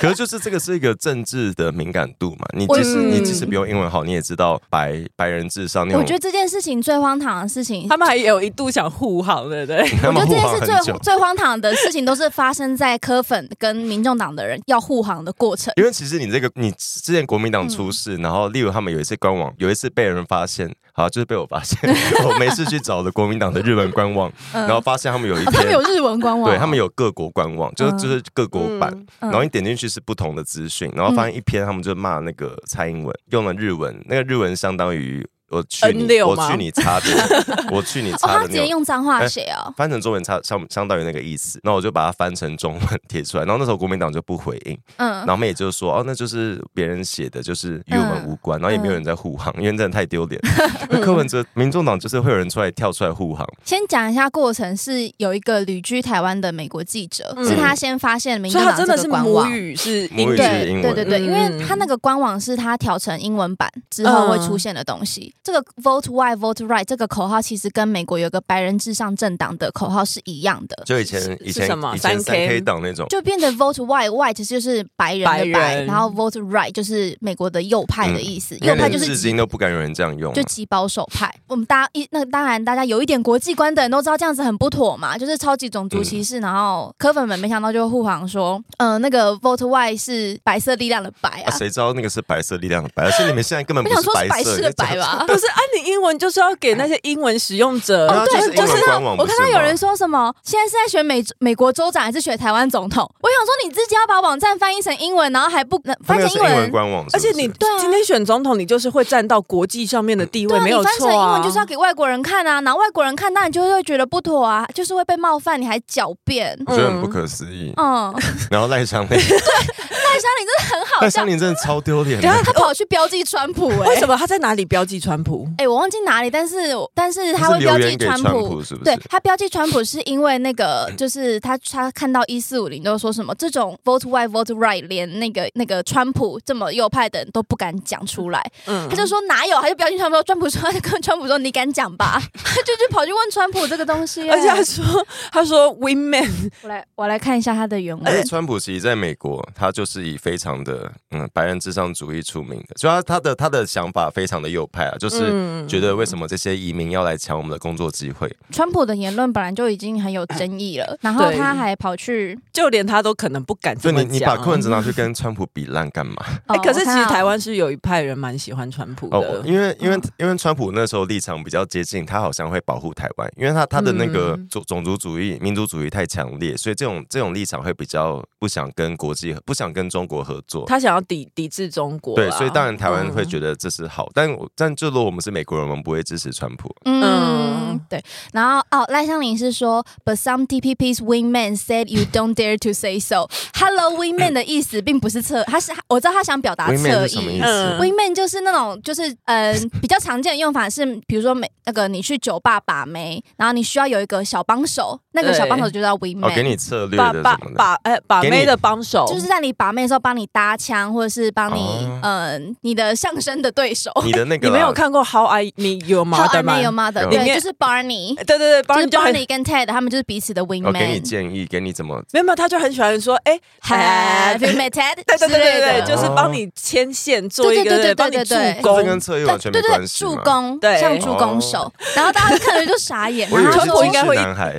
Speaker 2: 可是就是这个是一个政治的敏感度嘛，你即使
Speaker 1: 嗯
Speaker 2: 你即使不用英文好，你也知道白白人至上那
Speaker 3: 我
Speaker 2: 种。
Speaker 3: 觉得这件事情最荒唐的事情，
Speaker 1: 他们还有一度想护航，对不对？
Speaker 2: 他
Speaker 3: 我觉
Speaker 2: 们
Speaker 3: 得这件
Speaker 2: 晃
Speaker 3: 事
Speaker 2: 很
Speaker 3: 最
Speaker 2: 久
Speaker 3: 最荒唐的事情，都是发生在科粉跟民众党的人要护航的过程。
Speaker 2: 因为其实你这个，你之前国民党
Speaker 3: 嗯
Speaker 2: 出事，然后例如他们有一次官网有一次被人发现，好就是被我发现， [LAUGHS] 我没事去找了国民党的日本官网，
Speaker 3: 嗯
Speaker 2: 然后发现他们有一
Speaker 3: 哦，他们有
Speaker 2: 篇，
Speaker 3: 日文官网，哦
Speaker 2: 对他们有各国官网，就是
Speaker 3: 嗯
Speaker 2: 就是各国版，
Speaker 3: 嗯
Speaker 2: 然后你点进去是不同的资讯，然后发现一篇他们就骂那个蔡英文用了日文，那个日文相当于我去你
Speaker 1: N6
Speaker 2: 我
Speaker 1: 吗
Speaker 2: 去你擦的，我去你
Speaker 3: 哦，
Speaker 2: 擦
Speaker 3: 他
Speaker 2: 的那
Speaker 3: 直接
Speaker 2: 种。哎
Speaker 3: 用脏话写哦。
Speaker 2: 翻成中文差相相当于那个意思，那我就把它翻成中文贴出来，然后那时候国民党就不回应，
Speaker 3: 嗯
Speaker 2: 然，后我们也就是说，哦，那就是别人写的，就是与我
Speaker 3: 嗯
Speaker 2: 们无关，然后也没有人在护航，因为 [LAUGHS] 真的太丢
Speaker 3: [LAUGHS]
Speaker 2: 脸。那柯文哲、民众党就是会有人出来跳出来
Speaker 3: [LAUGHS]
Speaker 2: 护航，
Speaker 3: 先讲一下过程，是有一个旅居台湾的美国记者，
Speaker 1: 嗯
Speaker 3: 是他先发现民
Speaker 1: 所
Speaker 3: 进
Speaker 1: 以他
Speaker 3: 党这
Speaker 1: 真的
Speaker 3: 个
Speaker 1: 是
Speaker 3: 官
Speaker 1: 母
Speaker 3: 网。
Speaker 1: 语是
Speaker 2: 母
Speaker 1: 英语，
Speaker 2: 语是
Speaker 3: 对
Speaker 2: 英文
Speaker 3: 对对对，
Speaker 1: 嗯嗯
Speaker 3: 因为他那个官网是他调成英文版之后会出现的东西。这个 “vote right, vote right” 这个口号其实跟美国有个白人至上政党的口号是一样的，
Speaker 2: 就以前以前
Speaker 1: 什么
Speaker 2: 以前三
Speaker 1: 3K
Speaker 2: K 党那种，
Speaker 3: 就变成 vote white white 其实就是白人的
Speaker 1: 白
Speaker 3: 白，
Speaker 1: 人
Speaker 3: 然后 vote right 就是美国的右派的意思，
Speaker 2: 嗯因
Speaker 3: 右
Speaker 2: 为
Speaker 3: 派
Speaker 2: 连
Speaker 3: 就是
Speaker 2: 至
Speaker 3: 极
Speaker 2: 今都不敢有人这样用
Speaker 3: 就
Speaker 2: 啊。
Speaker 3: 极保守派。我们大家一那当然大家有一点国际观的人都知道这样子很不妥嘛，就是超级种族歧
Speaker 2: 嗯
Speaker 3: 视。然后科粉们没想到就护航说，嗯、那个 vote white 是白色力量的白
Speaker 2: 啊
Speaker 3: 啊。
Speaker 2: 谁知道那个是白色力量的白？而且你们现在根本
Speaker 3: 我
Speaker 2: 不
Speaker 3: 想说是
Speaker 2: 白
Speaker 3: 白
Speaker 2: 色
Speaker 3: 痴的
Speaker 2: [LAUGHS]
Speaker 3: 白？[LAUGHS] 吧，
Speaker 1: 不是啊，你英文就是要给那些英文使用者。
Speaker 2: 然后
Speaker 3: 哦对，
Speaker 2: 啊
Speaker 3: 啊
Speaker 2: 就是英文
Speaker 3: 我看到
Speaker 2: 官网，
Speaker 3: 我
Speaker 2: 不
Speaker 3: 看到
Speaker 2: 是
Speaker 3: 有
Speaker 2: 吗
Speaker 3: 人说什么，现在是在选美美国州长还是选台湾总统？我想说你自己要把网站翻译成英文，然后还不能
Speaker 2: 他
Speaker 3: 翻
Speaker 2: 那
Speaker 3: 成
Speaker 2: 个是英文
Speaker 3: 文。
Speaker 2: 官网，
Speaker 1: 而且
Speaker 2: 是不是
Speaker 1: 你
Speaker 3: 对啊
Speaker 1: 今天选总统，你就是会站到国际上面的地
Speaker 3: 对
Speaker 1: 位，
Speaker 3: 啊，
Speaker 1: 没
Speaker 3: 你
Speaker 1: 有
Speaker 3: 翻成
Speaker 1: 错
Speaker 3: 英
Speaker 1: 啊
Speaker 3: 文。就是要给外国人看啊，拿外国人看，当然就会觉得不妥啊，就是会被冒犯，你还狡辩。
Speaker 2: 我觉得
Speaker 1: 嗯
Speaker 2: 很不可思议。
Speaker 3: 嗯，
Speaker 2: 然后赖香林，
Speaker 3: 赖香林真的很 [LAUGHS] 好
Speaker 2: 赖
Speaker 3: 笑
Speaker 2: 香，林真的超丢脸的
Speaker 1: 等一。呃
Speaker 3: 他跑去标记川普、欸，
Speaker 1: 为什么他在哪里标记川普？
Speaker 3: 哎、我忘记哪里，但是我但是他
Speaker 2: 是
Speaker 3: 会
Speaker 2: 留
Speaker 3: 标记
Speaker 2: 言给川普是不是
Speaker 3: 对？他标记川普是因为那个，就是他他看到一四五零都说什么这种 vote right vote right，连那个那个川普这么右派的人都不敢讲出来，
Speaker 1: 嗯，
Speaker 3: 他就说哪有，他就标记川普，川普说他就跟川普说你敢讲吧， [LAUGHS] 他就去跑去问川普这个东西、
Speaker 1: 而且他
Speaker 3: 哎
Speaker 1: 说他说 women
Speaker 3: 我来我来看一下他的原
Speaker 2: 因为
Speaker 1: 哎
Speaker 3: 文，
Speaker 2: 川普其实在美国，他就是以非常的嗯白人至上主义出名的，所以他他的他的想法非常的右派啊，就是
Speaker 1: 嗯
Speaker 2: 觉得为什么这些移民要来抢我们的工作机会？
Speaker 3: 川普的言论本来就已经很有争议
Speaker 1: [COUGHS]
Speaker 3: 了，然后
Speaker 1: 对
Speaker 3: 他还跑去，
Speaker 1: 就连他都可能不敢
Speaker 2: 就
Speaker 1: 这么讲。
Speaker 2: 你你把柯文哲拿去跟川普比烂干嘛？
Speaker 1: 哎、可是其
Speaker 3: 我看
Speaker 1: 实
Speaker 3: 到
Speaker 1: 台湾是有一派人蛮喜欢川普的，嗯
Speaker 2: 哦，因为因为因为川普那时候立场比较接近，他好像会保护台湾，因为他他的那个
Speaker 1: 嗯
Speaker 2: 种种族主义、民族主义太强烈，所以这种这种立场会比较不想跟国际不想跟中国合作。
Speaker 1: 他想要抵抵制中国啊啦。
Speaker 2: 对，所以当然台湾会
Speaker 1: 嗯
Speaker 2: 觉得这是好，但我但就如果我们是美国人，我们不会支持川普。
Speaker 1: 嗯
Speaker 3: 嗯，对。然后哦，赖香林是说，But some TPP's wingman said you don't dare to say so。Hello [COUGHS] wingman 的意思并不是侧，他是我知道他想表达
Speaker 2: Wingman
Speaker 3: 侧
Speaker 2: 是什么意
Speaker 3: 翼
Speaker 2: 思？。
Speaker 1: 嗯
Speaker 3: Wingman 就是那种，就是嗯、呃比较常见的用法是，比如说每那个你去酒吧把妹，然后你需要有一个小帮手，那个
Speaker 1: 对
Speaker 3: 小帮手就叫
Speaker 2: 哦，给
Speaker 3: Wingman，、
Speaker 2: 你策略
Speaker 1: 把
Speaker 2: 的
Speaker 1: 把
Speaker 2: 什么的。
Speaker 1: 把哎、把
Speaker 2: 给你
Speaker 1: 妹的帮手，
Speaker 3: 就是在你把妹的时候帮你搭腔，或者是帮你
Speaker 2: 哦
Speaker 3: 嗯、呃你的上身的对手。
Speaker 2: 你的那个啊
Speaker 1: 你
Speaker 2: 啦
Speaker 1: 没有看过《How I Met Your
Speaker 3: How
Speaker 1: Mother》
Speaker 3: I Met Your
Speaker 1: 吗？
Speaker 3: Mother，
Speaker 2: 有
Speaker 1: 里
Speaker 3: 对，
Speaker 1: 面哎
Speaker 3: 就是 Barney，
Speaker 1: 对对对，帮
Speaker 3: 就是
Speaker 1: 人就很
Speaker 3: Barney 跟 Ted 他们就是彼
Speaker 1: 哦
Speaker 3: 此的
Speaker 2: 我
Speaker 3: Wingman。
Speaker 2: 哦给你建议，给你怎么
Speaker 1: 没有没有，他就很喜欢说哎，
Speaker 3: Have you met Ted？
Speaker 1: 对对对对对，
Speaker 2: 的
Speaker 1: 就是帮你牵线做一
Speaker 3: 对对
Speaker 1: 个
Speaker 3: 对对
Speaker 1: 帮你
Speaker 3: 对
Speaker 1: 助
Speaker 3: 对对
Speaker 2: 这
Speaker 1: 攻
Speaker 2: 跟。策略完全没
Speaker 3: 对对
Speaker 2: 关系
Speaker 3: 助
Speaker 2: 嘛。
Speaker 3: 攻，
Speaker 1: 对哦
Speaker 3: 像助攻手，然后大家看了就傻眼，
Speaker 2: 我以
Speaker 3: 然
Speaker 2: 为
Speaker 3: 后
Speaker 2: 是
Speaker 1: 川普应
Speaker 2: 机
Speaker 1: 该
Speaker 3: 说
Speaker 2: 智
Speaker 1: 会
Speaker 2: 男孩，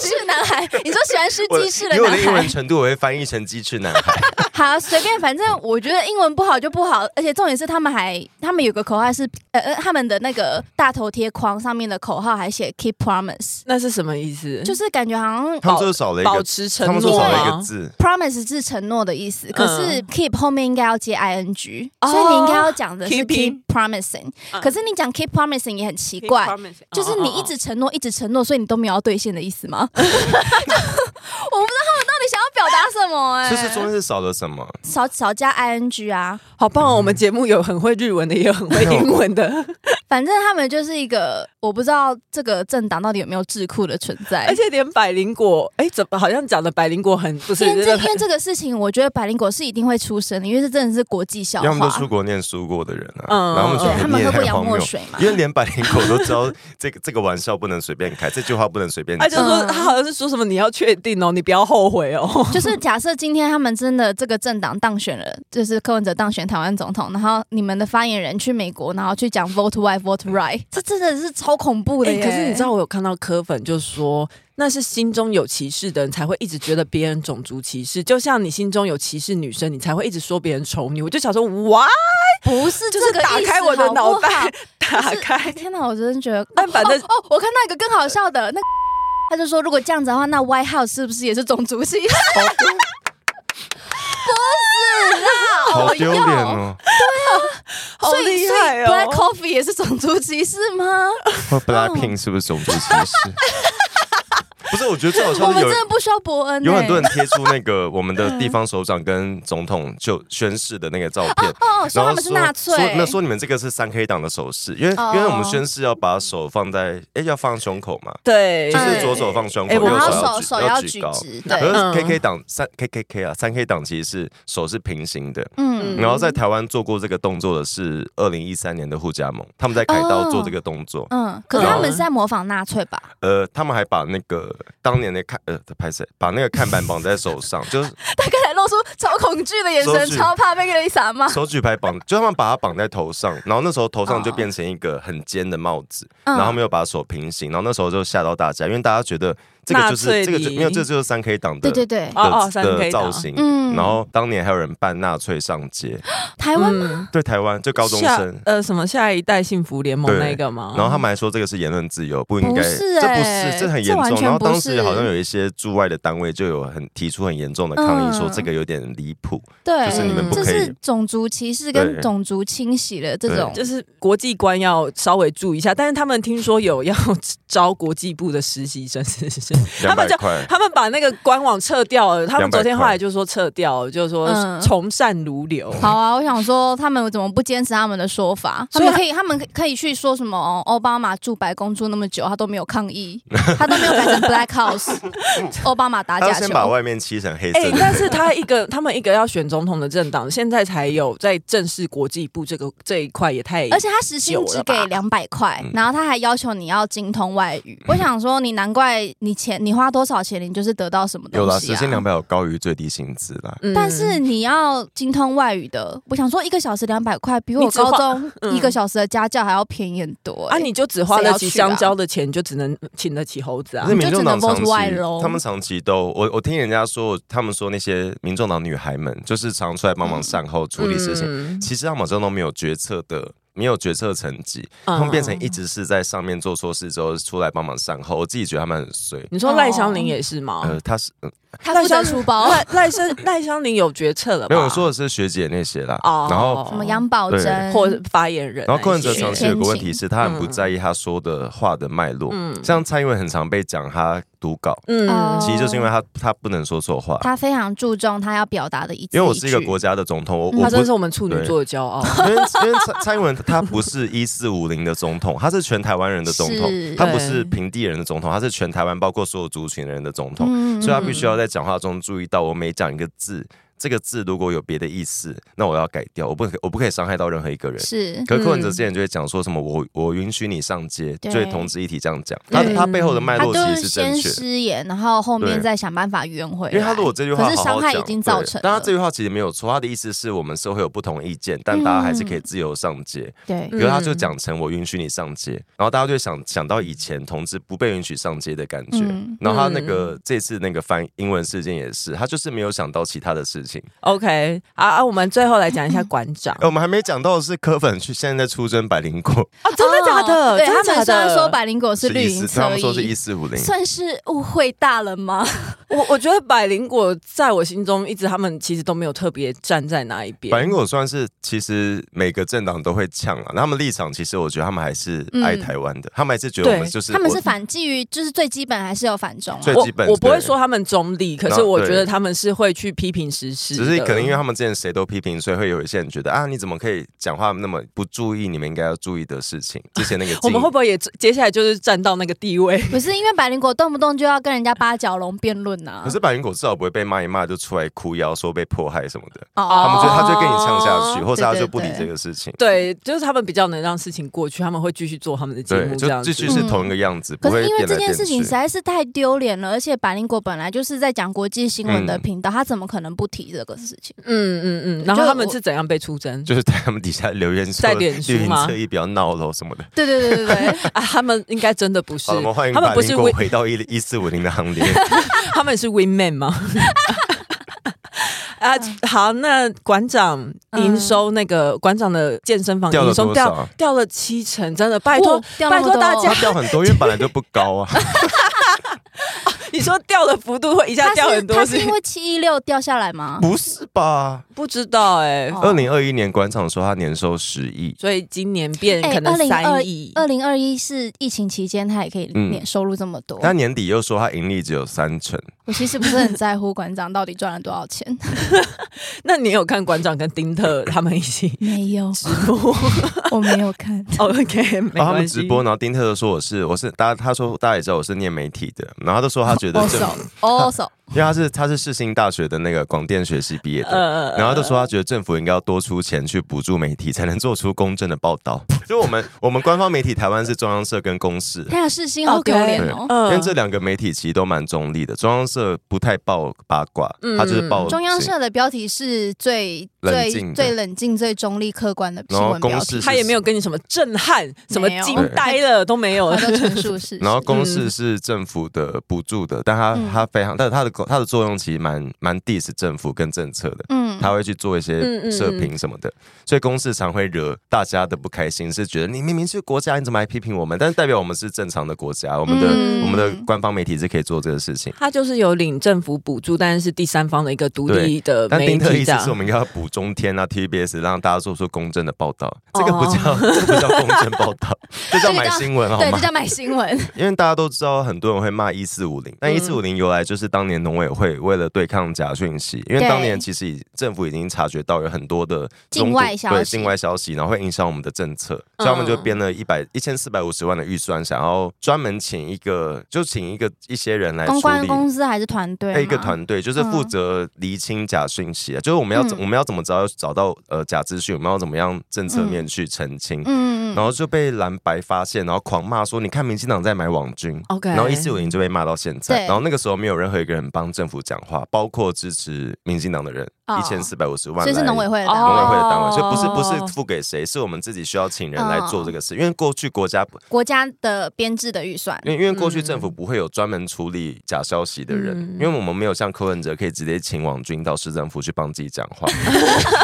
Speaker 3: 鸡翅男孩，你说喜欢吃
Speaker 2: 我
Speaker 3: 鸡翅的
Speaker 2: 以我
Speaker 3: 男
Speaker 2: 的英文
Speaker 3: 孩，
Speaker 2: 程度，我会翻译成鸡翅男孩。
Speaker 3: 好，随便，反正我觉得英文不好就不好，而且重点是他们还，他们有个口号是，呃，呃，他们的那个大头贴框上面的口号还写 “keep promise”，
Speaker 1: 那是什么意思？
Speaker 3: 就是是感觉好像
Speaker 2: 他们就是少了一
Speaker 1: 保
Speaker 2: 个，
Speaker 1: 持承
Speaker 2: 他们就
Speaker 1: 诺啊
Speaker 2: 少了一
Speaker 1: 吗
Speaker 2: 个？字。
Speaker 3: promise 是承诺的意思，可是 keep 后面应该要接 ing，、
Speaker 1: 嗯哦
Speaker 3: 所以你应该要讲的是
Speaker 1: keeping
Speaker 3: keep promising，、
Speaker 1: 嗯
Speaker 3: 可是你讲 keep promising 也很奇
Speaker 1: Keep
Speaker 3: 怪。
Speaker 1: promise 哦
Speaker 3: 就是你一直承诺，一直承诺，所以你都没有要兑现的意思
Speaker 1: [LAUGHS]
Speaker 3: 吗？就我不知道他们到底想要表达什么哎、
Speaker 2: 就是中间是少了什么？
Speaker 3: 少少加 ing 啊，
Speaker 1: 哦哦哦好棒哦！我们节目有很会日文的，也有很
Speaker 2: [LAUGHS]
Speaker 1: 会英文的，
Speaker 3: 反正他们就是一个我不知道这个政党到底有没有智库的存在。
Speaker 1: 而且连百灵果，哎，怎么好像讲的百灵果很不是？
Speaker 3: 因为这
Speaker 1: 就是
Speaker 3: 因为这个事情，我觉得百灵果是一定会出声的，因为这真的是国际笑
Speaker 2: 因为他们都
Speaker 3: 话
Speaker 2: 出。国念书过的人
Speaker 1: 嗯
Speaker 2: 啊，然后
Speaker 1: 国
Speaker 3: 对，
Speaker 2: 他
Speaker 3: 他
Speaker 2: 们全
Speaker 3: 们喝
Speaker 2: 部
Speaker 3: 过
Speaker 2: 念
Speaker 3: 洋
Speaker 2: 荒
Speaker 3: 墨
Speaker 2: 谬。
Speaker 3: 水嘛
Speaker 2: 因？为连百灵狗都知道这个这个玩笑不能随便开，这句话不能随便
Speaker 1: [LAUGHS] 他
Speaker 2: 讲。
Speaker 1: 哎就
Speaker 3: 嗯
Speaker 1: 说，他好像是说什么你要确定哦，你不要后悔哦。
Speaker 3: 就是假设今天他们真的这个政党当选了，就是柯文哲当选台湾总统，然后你们的发言人去美国，然后去讲 vote right vote right，这真的是超恐怖的
Speaker 1: 哎
Speaker 3: 耶！
Speaker 1: 可是你知道，我有看到柯粉就说，那是心中有歧视的人才会一直觉得别人种族歧视，就像你心中有歧视女生，你才会一直说别人丑女。我就想说，哇，
Speaker 3: 不是
Speaker 1: 就
Speaker 3: 这
Speaker 1: 是
Speaker 3: 个意思
Speaker 1: 打开我的脑袋
Speaker 3: 好不
Speaker 1: 打
Speaker 3: 好嗯就是
Speaker 1: 开。
Speaker 3: 天哪，我真的觉得，
Speaker 1: 但反正
Speaker 3: 哦哦，我看到一个更好笑的，那个他就说，如果这样子的话，那 White House 是不是也是种族 [LAUGHS] 歧视？
Speaker 2: 好丢
Speaker 3: 啊
Speaker 2: 脸哦！
Speaker 1: 哦好
Speaker 3: 哦所以
Speaker 1: 厉
Speaker 3: 所以
Speaker 1: 害
Speaker 3: Black
Speaker 1: 哦！
Speaker 3: Coffee 也是种族歧视吗？
Speaker 2: 或 Blackpink 是不是种族歧视？不是，我觉得最好
Speaker 3: 我
Speaker 2: 笑
Speaker 3: 们
Speaker 2: 是有
Speaker 3: 真的不需要伯恩、欸，
Speaker 2: 有很多人贴出那个我们的地方首长跟总统就宣誓的那个照片，
Speaker 3: 哦，
Speaker 2: 然
Speaker 3: 说他
Speaker 2: 后
Speaker 3: 们是
Speaker 2: 说
Speaker 3: 纳粹，
Speaker 2: 说那说你们这个是三 K 党的手势，因为
Speaker 3: 哦
Speaker 2: 因为我们宣誓要把手放在哎要放胸口嘛，
Speaker 1: 对，
Speaker 2: 就是左手放胸口，
Speaker 1: 哎我
Speaker 2: 右
Speaker 3: 然
Speaker 1: 们
Speaker 3: 后
Speaker 2: 手
Speaker 3: 手手
Speaker 2: 要
Speaker 3: 要
Speaker 2: 举
Speaker 3: 举
Speaker 2: 高。
Speaker 3: 直，
Speaker 2: 可
Speaker 3: 对，
Speaker 1: 嗯
Speaker 2: 是 KK 党三 KKK 啊，三 K 党其实是手是平行的。
Speaker 3: 嗯。
Speaker 2: 然后在台湾做过这个动作的是二零一三年的护家盟，他们在凯道做这个动作。
Speaker 3: 嗯，可是
Speaker 1: 然
Speaker 3: 他
Speaker 1: 后
Speaker 3: 们是在模仿纳粹吧？
Speaker 2: 呃，他们还把那个当年的看呃拍谁，把那个看板绑在手上， [LAUGHS] 就是
Speaker 3: 他刚才露出超恐惧的眼
Speaker 2: 手
Speaker 3: 神，
Speaker 2: 指
Speaker 3: 超怕被雷撒骂。
Speaker 2: 手举牌绑，就他们把它绑在头上，然后那时候头上就变成一个很尖的帽子，然后他
Speaker 3: 嗯，
Speaker 2: 们又把手平行，然后那时候就吓到大家，因为大家觉得这个就
Speaker 1: 纳粹
Speaker 2: 是这个就
Speaker 1: 礼
Speaker 2: 没有，这就是三 K 党的
Speaker 3: 对对对，
Speaker 1: 哦哦
Speaker 2: 的
Speaker 1: 三 K
Speaker 2: 的
Speaker 1: 党
Speaker 2: 造型。
Speaker 3: 嗯
Speaker 2: 然后当年还有人扮纳粹上街，
Speaker 3: 台湾
Speaker 1: 嗯，
Speaker 2: 对台湾就高中
Speaker 1: 下
Speaker 2: 生，
Speaker 1: 呃什么下一代幸福联盟
Speaker 2: 对
Speaker 1: 那个吗？
Speaker 2: 然后他们还说这个是言论自由，不应
Speaker 3: 哦不
Speaker 2: 该，
Speaker 3: 是
Speaker 2: 这不
Speaker 3: 欸
Speaker 2: 是，这很
Speaker 3: 这
Speaker 2: 严
Speaker 3: 完
Speaker 2: 重。
Speaker 3: 全
Speaker 2: 然后
Speaker 3: 不
Speaker 2: 当时
Speaker 3: 是
Speaker 2: 好像有一些驻外的单位就有很提出很严重的抗议，说
Speaker 3: 嗯
Speaker 2: 这个有点离谱。
Speaker 3: 对，
Speaker 2: 就是
Speaker 1: 你们不
Speaker 3: 这
Speaker 2: 可以
Speaker 3: 是种族歧视
Speaker 2: 对
Speaker 3: 跟种族清洗的这种，
Speaker 1: 就是国际观要稍微注意一下，但是他们听说有要招国际部的实习生，是是是，
Speaker 2: [LAUGHS] 两
Speaker 1: 他
Speaker 2: 百
Speaker 1: 们就
Speaker 3: 啊
Speaker 2: 块，
Speaker 1: 他们把那个官网撤掉了。他们昨天
Speaker 2: 200块
Speaker 1: 后来就说撤掉了，就说
Speaker 3: 嗯
Speaker 1: 从善如流。
Speaker 3: 好啊，我想说他们怎么不坚持他们的说法？他
Speaker 1: 所以
Speaker 3: 们可以，他们可以去说什么？哦奥巴马住白宫住那么久，他都没有抗议，他都没有改成 Black House，奥 [LAUGHS] 巴马打
Speaker 2: 他
Speaker 3: 假
Speaker 2: 要先把
Speaker 3: 球。
Speaker 2: 外面漆成黑色
Speaker 1: 哎、
Speaker 2: 的。
Speaker 3: 啊
Speaker 1: 但是他一个，他们一个要选总统的政党，现在才有在正式国际部这个这一块，也太
Speaker 3: 而且他时薪只给
Speaker 1: 久了吧
Speaker 3: 两百块
Speaker 2: 嗯，
Speaker 3: 然后他还要求你要精通外语。我想说，你难怪你钱，你花多少钱，你就是得到什么
Speaker 2: 有
Speaker 3: 东
Speaker 2: 啦，
Speaker 3: 西
Speaker 2: 时
Speaker 3: 啊
Speaker 2: 薪？两百有高于最低薪资啦。
Speaker 1: 嗯
Speaker 3: 但是你要精通外语的，我想说一个小时两百块，比我
Speaker 1: 你只花
Speaker 3: 高中
Speaker 1: 嗯
Speaker 3: 一个小时的家教还要便宜很多、欸。
Speaker 1: 啊，你就只花得起
Speaker 3: 谁要去啊
Speaker 1: 香蕉的钱，你就只能请得起猴子啊
Speaker 2: 可是。民众党长
Speaker 3: 就只能 vote 外
Speaker 2: 期
Speaker 3: 咯，
Speaker 2: 他们长期都，我我听人家说，他们说那些民众党女孩们，就是常出来帮忙善后处理事情，
Speaker 1: 嗯
Speaker 2: 其实他们这都没有决策的，没有决策层级，
Speaker 3: 嗯
Speaker 2: 他们变
Speaker 1: 嗯
Speaker 2: 成一直是在上面做错事之后出来帮忙善后。我自己觉得他们很衰。
Speaker 1: 你说
Speaker 3: 哦
Speaker 1: 赖香林也是吗？
Speaker 2: 呃，他是、呃
Speaker 3: 欸他负责出包，
Speaker 1: 赖赖香赖香林有决策了吧？
Speaker 2: 没有我说的是学姐那些啦，
Speaker 1: 哦，
Speaker 2: 然后。
Speaker 3: 什么杨宝珍
Speaker 1: 或者发言人那些，
Speaker 2: 然后柯文哲
Speaker 3: 呃学
Speaker 2: 长期有个问题是，他很不
Speaker 1: 嗯
Speaker 2: 在意他说的话的脉络。
Speaker 1: 嗯
Speaker 2: 像蔡英文很常被讲他读稿，
Speaker 1: 嗯
Speaker 3: 哦
Speaker 2: 其实就是因为他他不能说错话。
Speaker 3: 他非常注重他要表达的一字
Speaker 2: 因为我
Speaker 3: 句
Speaker 2: 是一个国家的总统，我我
Speaker 3: 嗯
Speaker 1: 他
Speaker 2: 不
Speaker 1: 真的是我们处女座的骄傲。
Speaker 2: 因为因为蔡蔡英文他不是一四五零的总统，他是全台湾人的总统
Speaker 3: 是，
Speaker 2: 他不是平地人的总统，他是全台湾包括所有族群的人的总统，
Speaker 3: 嗯
Speaker 2: 所以他必须要在讲话中注意到，我每讲一个字，这个字如果有别的意思，那我要改掉，我不可我不可以伤害到任何一个人。
Speaker 3: 是
Speaker 2: 可是柯文哲之前就会讲说什么我我允许你上街，
Speaker 3: 对
Speaker 2: 就会同志一体这样讲，他
Speaker 1: 对
Speaker 2: 他背后的脉
Speaker 3: 他
Speaker 2: 络其
Speaker 3: 就
Speaker 2: 实
Speaker 3: 是
Speaker 2: 是正
Speaker 3: 先
Speaker 2: 确。
Speaker 3: 失言，然后后面
Speaker 2: 对
Speaker 3: 再想办法圆回来。
Speaker 2: 因为他如果这句话
Speaker 3: 可是
Speaker 2: 好好
Speaker 3: 伤害
Speaker 2: 讲
Speaker 3: 已经造
Speaker 2: 对
Speaker 3: 成
Speaker 2: 但他
Speaker 3: 了
Speaker 2: 这句话其实没有错，他的意思是我们社会有不同意见，但大家还是
Speaker 3: 嗯
Speaker 2: 可以自由上街。
Speaker 3: 对
Speaker 2: 比如他就讲成我允许你上街，然后大家就会想想到以前同志不被允许上街的感觉。
Speaker 3: 嗯
Speaker 2: 然后他那个、这次那个翻英文事件也是，他就是没有想到其他的事情，情。
Speaker 1: OK，啊啊，我们最后来讲一下馆长
Speaker 2: 哎、我们还没讲到的是柯粉去现在在出征百灵果，
Speaker 1: 啊，真的假的？
Speaker 3: 对
Speaker 1: 真
Speaker 3: 他
Speaker 1: 的
Speaker 3: 们
Speaker 1: 假
Speaker 3: 虽然
Speaker 1: 的？
Speaker 3: 说百灵果哦是绿
Speaker 2: 一
Speaker 3: 营
Speaker 2: 四，
Speaker 3: 车
Speaker 2: 他们
Speaker 3: 衣，
Speaker 2: 说是一四五零，
Speaker 3: 算是误会大了吗？
Speaker 1: 我我觉得百灵果在我心中一直他们其实都没有特别站在哪一
Speaker 2: 百
Speaker 1: 边
Speaker 2: 灵。果算是其实每个政党都会呛啊，他们立场其实我觉得他们还是爱台湾的，他们还是觉得我们
Speaker 1: 对
Speaker 2: 就是
Speaker 3: 嗯他们
Speaker 2: 我
Speaker 3: 是反基于，就是最基本还是有反中、啊。
Speaker 2: 最
Speaker 1: 我
Speaker 2: 基本
Speaker 1: 我不会
Speaker 2: 对
Speaker 1: 说他们中立，可是
Speaker 2: 那
Speaker 1: 我
Speaker 2: 对
Speaker 1: 觉得他们是会去批评时事的，
Speaker 2: 只是可能因为他们之前谁都批评，所以会有一些人觉得啊，你怎么可以讲话那么不注意你们应该要注意的事
Speaker 3: [LAUGHS]
Speaker 2: 情？之前那个
Speaker 1: 我们
Speaker 2: 禁
Speaker 1: 会不会也接下来就是站到那个地位？ [LAUGHS]
Speaker 3: 不是因为百灵果动不动就要跟人家八角笼辩论啊呐，
Speaker 2: 可是百灵果至少不会被骂一骂就出来哭腰说被迫害什么的，
Speaker 3: 哦
Speaker 2: 他们
Speaker 1: 觉
Speaker 2: 就
Speaker 1: 得
Speaker 2: 他就跟你呛下去，
Speaker 1: 哦
Speaker 2: 或是他
Speaker 3: 对对
Speaker 2: 就不理
Speaker 3: 对
Speaker 2: 这个事情。
Speaker 1: 对，就是他们比较能让事情过去，他们会继续做他们的节
Speaker 2: 对，
Speaker 1: 目，这
Speaker 2: 就
Speaker 1: 样
Speaker 2: 继
Speaker 1: 子。
Speaker 2: 续是同一个样子，不
Speaker 3: 嗯可是
Speaker 2: 会
Speaker 3: 因为
Speaker 2: 变
Speaker 3: 这
Speaker 2: 来
Speaker 3: 件
Speaker 2: 变
Speaker 3: 事情实
Speaker 2: 去。
Speaker 3: 在是太丢脸了，而且百灵果本来就是在讲国际新
Speaker 2: 嗯
Speaker 3: 闻的频道，他怎么可能不提这个事情？
Speaker 1: 嗯嗯嗯。然后
Speaker 3: 就
Speaker 1: 他们
Speaker 3: 我
Speaker 1: 是怎样被出征？
Speaker 2: 就是在他们底下留言说，
Speaker 1: 在脸书
Speaker 2: 绿营
Speaker 1: 吗
Speaker 2: 侧翼比较闹喽什么的。
Speaker 3: 对对对对 [LAUGHS] 对，
Speaker 1: 啊，他们应该真的不是，
Speaker 2: 好了，我们欢迎
Speaker 1: 他们
Speaker 2: 百
Speaker 1: 不是
Speaker 2: 灵果
Speaker 1: win，
Speaker 2: 回到
Speaker 1: [LAUGHS]
Speaker 2: 一一四五零的行列。
Speaker 1: 他们是 win man 吗？ [LAUGHS] 啊，好，那馆长营收那个馆长的健身房
Speaker 2: 掉了
Speaker 1: 营收
Speaker 2: 多
Speaker 1: 掉
Speaker 2: 少 [LAUGHS]
Speaker 1: 掉了七成，真的，拜托
Speaker 3: 哇哦掉那
Speaker 1: 拜
Speaker 3: 么
Speaker 1: 托大
Speaker 3: 多
Speaker 1: 家 [LAUGHS]
Speaker 2: 它，掉很多，因为本来就不高啊。
Speaker 1: 你说掉的幅度会一下
Speaker 3: 他
Speaker 1: 掉
Speaker 3: 是
Speaker 1: 很多
Speaker 3: 他是因为七一六掉下来吗？
Speaker 2: 不是吧？
Speaker 1: 不知道哎、
Speaker 3: 哦
Speaker 2: [LAUGHS] 二零二一年官场说他年收十亿，
Speaker 1: 所以今年变
Speaker 3: 哎
Speaker 1: 可能
Speaker 3: 2022
Speaker 1: 三亿，
Speaker 3: 二零二一是疫情期间，他也可以
Speaker 2: 嗯
Speaker 3: 年收入这么
Speaker 1: 哦
Speaker 3: 多。
Speaker 2: 他年底又说他盈利只有三成，
Speaker 3: 我其实不是很在乎馆长到底赚了多少钱，
Speaker 1: 那你有看馆长跟丁特他们一起
Speaker 3: 没有，
Speaker 1: 直播
Speaker 3: [LAUGHS] 我没有
Speaker 2: [LAUGHS]
Speaker 3: 看。
Speaker 1: 哦？OK，没
Speaker 2: 然后他们
Speaker 1: 关系。
Speaker 2: 直播，然后丁特就说我是我是大家他说大家也知道我是念媒体的，然后他就说他觉得
Speaker 3: 哦
Speaker 2: 政
Speaker 3: 手
Speaker 2: 府，
Speaker 3: 哦 [LAUGHS] 手，
Speaker 2: [LAUGHS] 因为他是他是世新大学的那个广电学系毕业的。
Speaker 1: 呃
Speaker 2: 然后他就说，他觉得政府应该要多出钱去补助媒体，才能做出公正的报
Speaker 1: [LAUGHS]
Speaker 2: 道。就我们我们官方媒体，台湾是中央社跟公视，
Speaker 3: 天啊，世新好丢脸哦！
Speaker 1: 嗯
Speaker 2: 因为这两个媒体其实都蛮中立的。中央社不太报八卦，
Speaker 1: 嗯
Speaker 2: 他哦就是报
Speaker 3: 中央
Speaker 2: 新
Speaker 3: 社的标题是最
Speaker 2: 冷
Speaker 3: 最
Speaker 2: 静的
Speaker 3: 最冷静、最中立、客观的新
Speaker 2: 然后
Speaker 3: 闻标
Speaker 2: 公
Speaker 3: 题
Speaker 2: 视，
Speaker 1: 他也没有跟你什么震撼、什么
Speaker 3: 没有
Speaker 1: 惊呆了都没有
Speaker 3: 它。都陈述事实。
Speaker 2: [LAUGHS] 然后公
Speaker 1: 嗯
Speaker 2: 式是政府的补助的，但它
Speaker 3: 嗯
Speaker 2: 它非常，但它的它的作用其实蛮蛮 diss 政府跟政策的，
Speaker 3: 嗯
Speaker 2: 它会去做一
Speaker 1: 嗯嗯
Speaker 2: 些社评什么的，所以公式常会惹大家的不开心，是觉得你明明是国家，你怎么还批评我们？但是代表我们是正常的国家，我们的
Speaker 1: 嗯
Speaker 2: 我们的官方媒体是可以做这个事情。
Speaker 1: 他就是有领政府补助，但是是第三方的一个独立
Speaker 3: 呃
Speaker 1: 的
Speaker 2: 但
Speaker 1: 媒
Speaker 2: 丁特的
Speaker 1: 体
Speaker 2: 意
Speaker 1: 这
Speaker 2: 思是我
Speaker 1: 样。
Speaker 2: 们应该要补中天啊、TBS，让大家做出公正的报道。这个
Speaker 3: 哦
Speaker 2: 不叫， [LAUGHS] 这个不叫公正报道，这叫买新闻好
Speaker 3: 对，
Speaker 2: 吗
Speaker 3: 这？叫买新闻。
Speaker 2: 因为大家都知道，很多人会骂一四五零，但
Speaker 1: 嗯
Speaker 2: 一四五零由来就是当年农委会为了对抗假讯息，因为
Speaker 3: 对
Speaker 2: 当年其实已政府已经察觉到有很多的中
Speaker 3: 境
Speaker 2: 国
Speaker 3: 外消息嗯
Speaker 2: 对境外消息，然后会影响我们的政策，所以他们就编了一百一千四百五十万的预算，想要专门请一个就请一个一些人来
Speaker 3: 公
Speaker 2: 处
Speaker 3: 关
Speaker 2: 理。哎
Speaker 3: 公司还是团队吗？
Speaker 2: 一个团队就是负责厘清假讯息啊，就是我们要怎、
Speaker 3: 嗯
Speaker 2: 我们要怎么找找到呃假资讯，我们要怎么样政策面去澄清，
Speaker 3: 嗯，嗯嗯，
Speaker 2: 然后就被蓝白发现，然后狂骂说：“你看民进党在买网军。”
Speaker 1: OK，
Speaker 2: 然后一四五零就被骂到现在，
Speaker 3: 对
Speaker 2: 然后那个时候没有任何一个人帮政府讲话，包括支持民进党的人，
Speaker 3: 哦
Speaker 2: 一千四百五十万
Speaker 3: 所以
Speaker 2: 来
Speaker 3: 是农委会的啊
Speaker 2: 农
Speaker 3: 单
Speaker 2: 委
Speaker 3: 位
Speaker 2: 会的单位，
Speaker 1: 哦
Speaker 2: 所以不是不是付给谁，是我们自己需要请人来
Speaker 3: 嗯
Speaker 2: 做这个事，因为过去国家不，
Speaker 3: 国家的编制的预算。
Speaker 2: 因为因为过去政府不会有专门处理假消息的人，
Speaker 1: 嗯
Speaker 2: 因为我们没有像柯文哲可以直接请网军到市政府去帮自己讲
Speaker 1: [LAUGHS]
Speaker 2: 话。 [LAUGHS]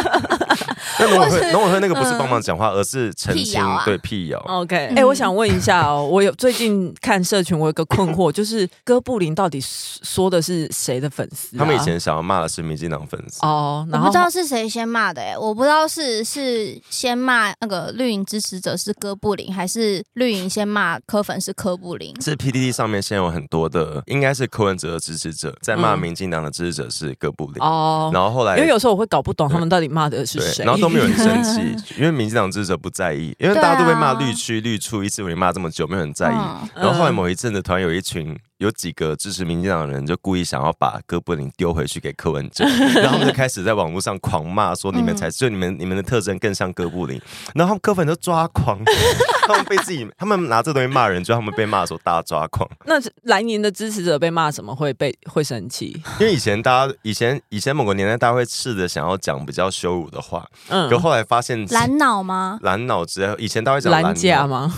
Speaker 2: 那农委会农委会那个
Speaker 1: 嗯
Speaker 2: 不是帮忙讲话，而是澄
Speaker 3: 辟
Speaker 2: 清
Speaker 3: 谣啊
Speaker 2: 对辟谣。
Speaker 1: OK，哎、
Speaker 3: 嗯
Speaker 1: 我想问一下哦，我有最近看社群，我有个困惑，就是哥布林到底说的是谁的粉丝啊、
Speaker 2: 他们以前想要骂的是民进党粉丝，
Speaker 1: 哦，
Speaker 3: 我
Speaker 1: 然
Speaker 3: 不
Speaker 1: 后
Speaker 3: 知道是谁先骂的、欸，我不知道是是先骂那个绿营支持者是哥布林，还是绿营先骂柯粉是柯布林。
Speaker 2: 是 PDD 上面现在有很多的，应该是柯文哲的支持者在骂
Speaker 1: 嗯
Speaker 2: 民进党的支持者是哥布林，
Speaker 1: 哦，
Speaker 2: 然后后来
Speaker 1: 因为有时候我会搞不懂他们到底骂的是
Speaker 2: 对，
Speaker 1: 谁，
Speaker 2: 然后都没有人生气，因为民进党支持者不在意，因为大家都被
Speaker 1: 啊
Speaker 2: 骂绿区、绿处，一直被骂这么久，没有人在意。
Speaker 3: 嗯
Speaker 2: 然后后来某一阵子，突然有一群有几个支持民进党的人，就故意想要把哥布林丢回去给柯文哲，然后他们就开始在网络上狂骂说：“你们才就你们你们的特征更像哥布林。”然后他们柯粉就抓狂， [LAUGHS] 他们被自己他们拿这东西骂人，就他们被骂的时候大抓狂。
Speaker 1: [LAUGHS] 那蓝营的支持者被骂什么会被会生气？
Speaker 2: 因为以前大家以前以前某个年代，大家会试着想要讲比较羞辱的话，
Speaker 1: 嗯
Speaker 2: 可后来发现
Speaker 3: 蓝脑吗？
Speaker 2: 蓝脑之类，以前大家会讲
Speaker 1: 蓝
Speaker 2: 蓝
Speaker 1: 甲
Speaker 2: 脑，
Speaker 1: 吗？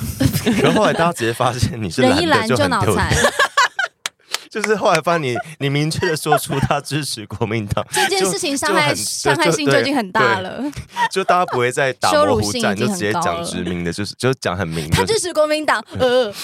Speaker 2: 然后后来大家直接发现你是
Speaker 3: 人
Speaker 2: 蓝
Speaker 3: 一
Speaker 2: 的
Speaker 3: 蓝
Speaker 2: 就
Speaker 3: 就
Speaker 2: 很
Speaker 3: 脑
Speaker 2: 丢脸，
Speaker 3: 残，
Speaker 2: 就是后来发现你 [LAUGHS] 你明确的说出他支持国民
Speaker 3: [LAUGHS]
Speaker 2: 党，
Speaker 3: 这件事情伤害
Speaker 2: 就就很
Speaker 3: 伤害性就已经很大了。
Speaker 2: 就大家不会再打
Speaker 3: 羞辱
Speaker 2: 模糊
Speaker 3: 性已
Speaker 2: 战，就
Speaker 3: 经
Speaker 2: 直接
Speaker 3: 很高
Speaker 2: 讲
Speaker 3: 了
Speaker 2: 直明的，就是就讲很明。
Speaker 3: 他
Speaker 2: 就
Speaker 3: 支
Speaker 2: 是
Speaker 3: 持国民党，呃，
Speaker 2: 嗯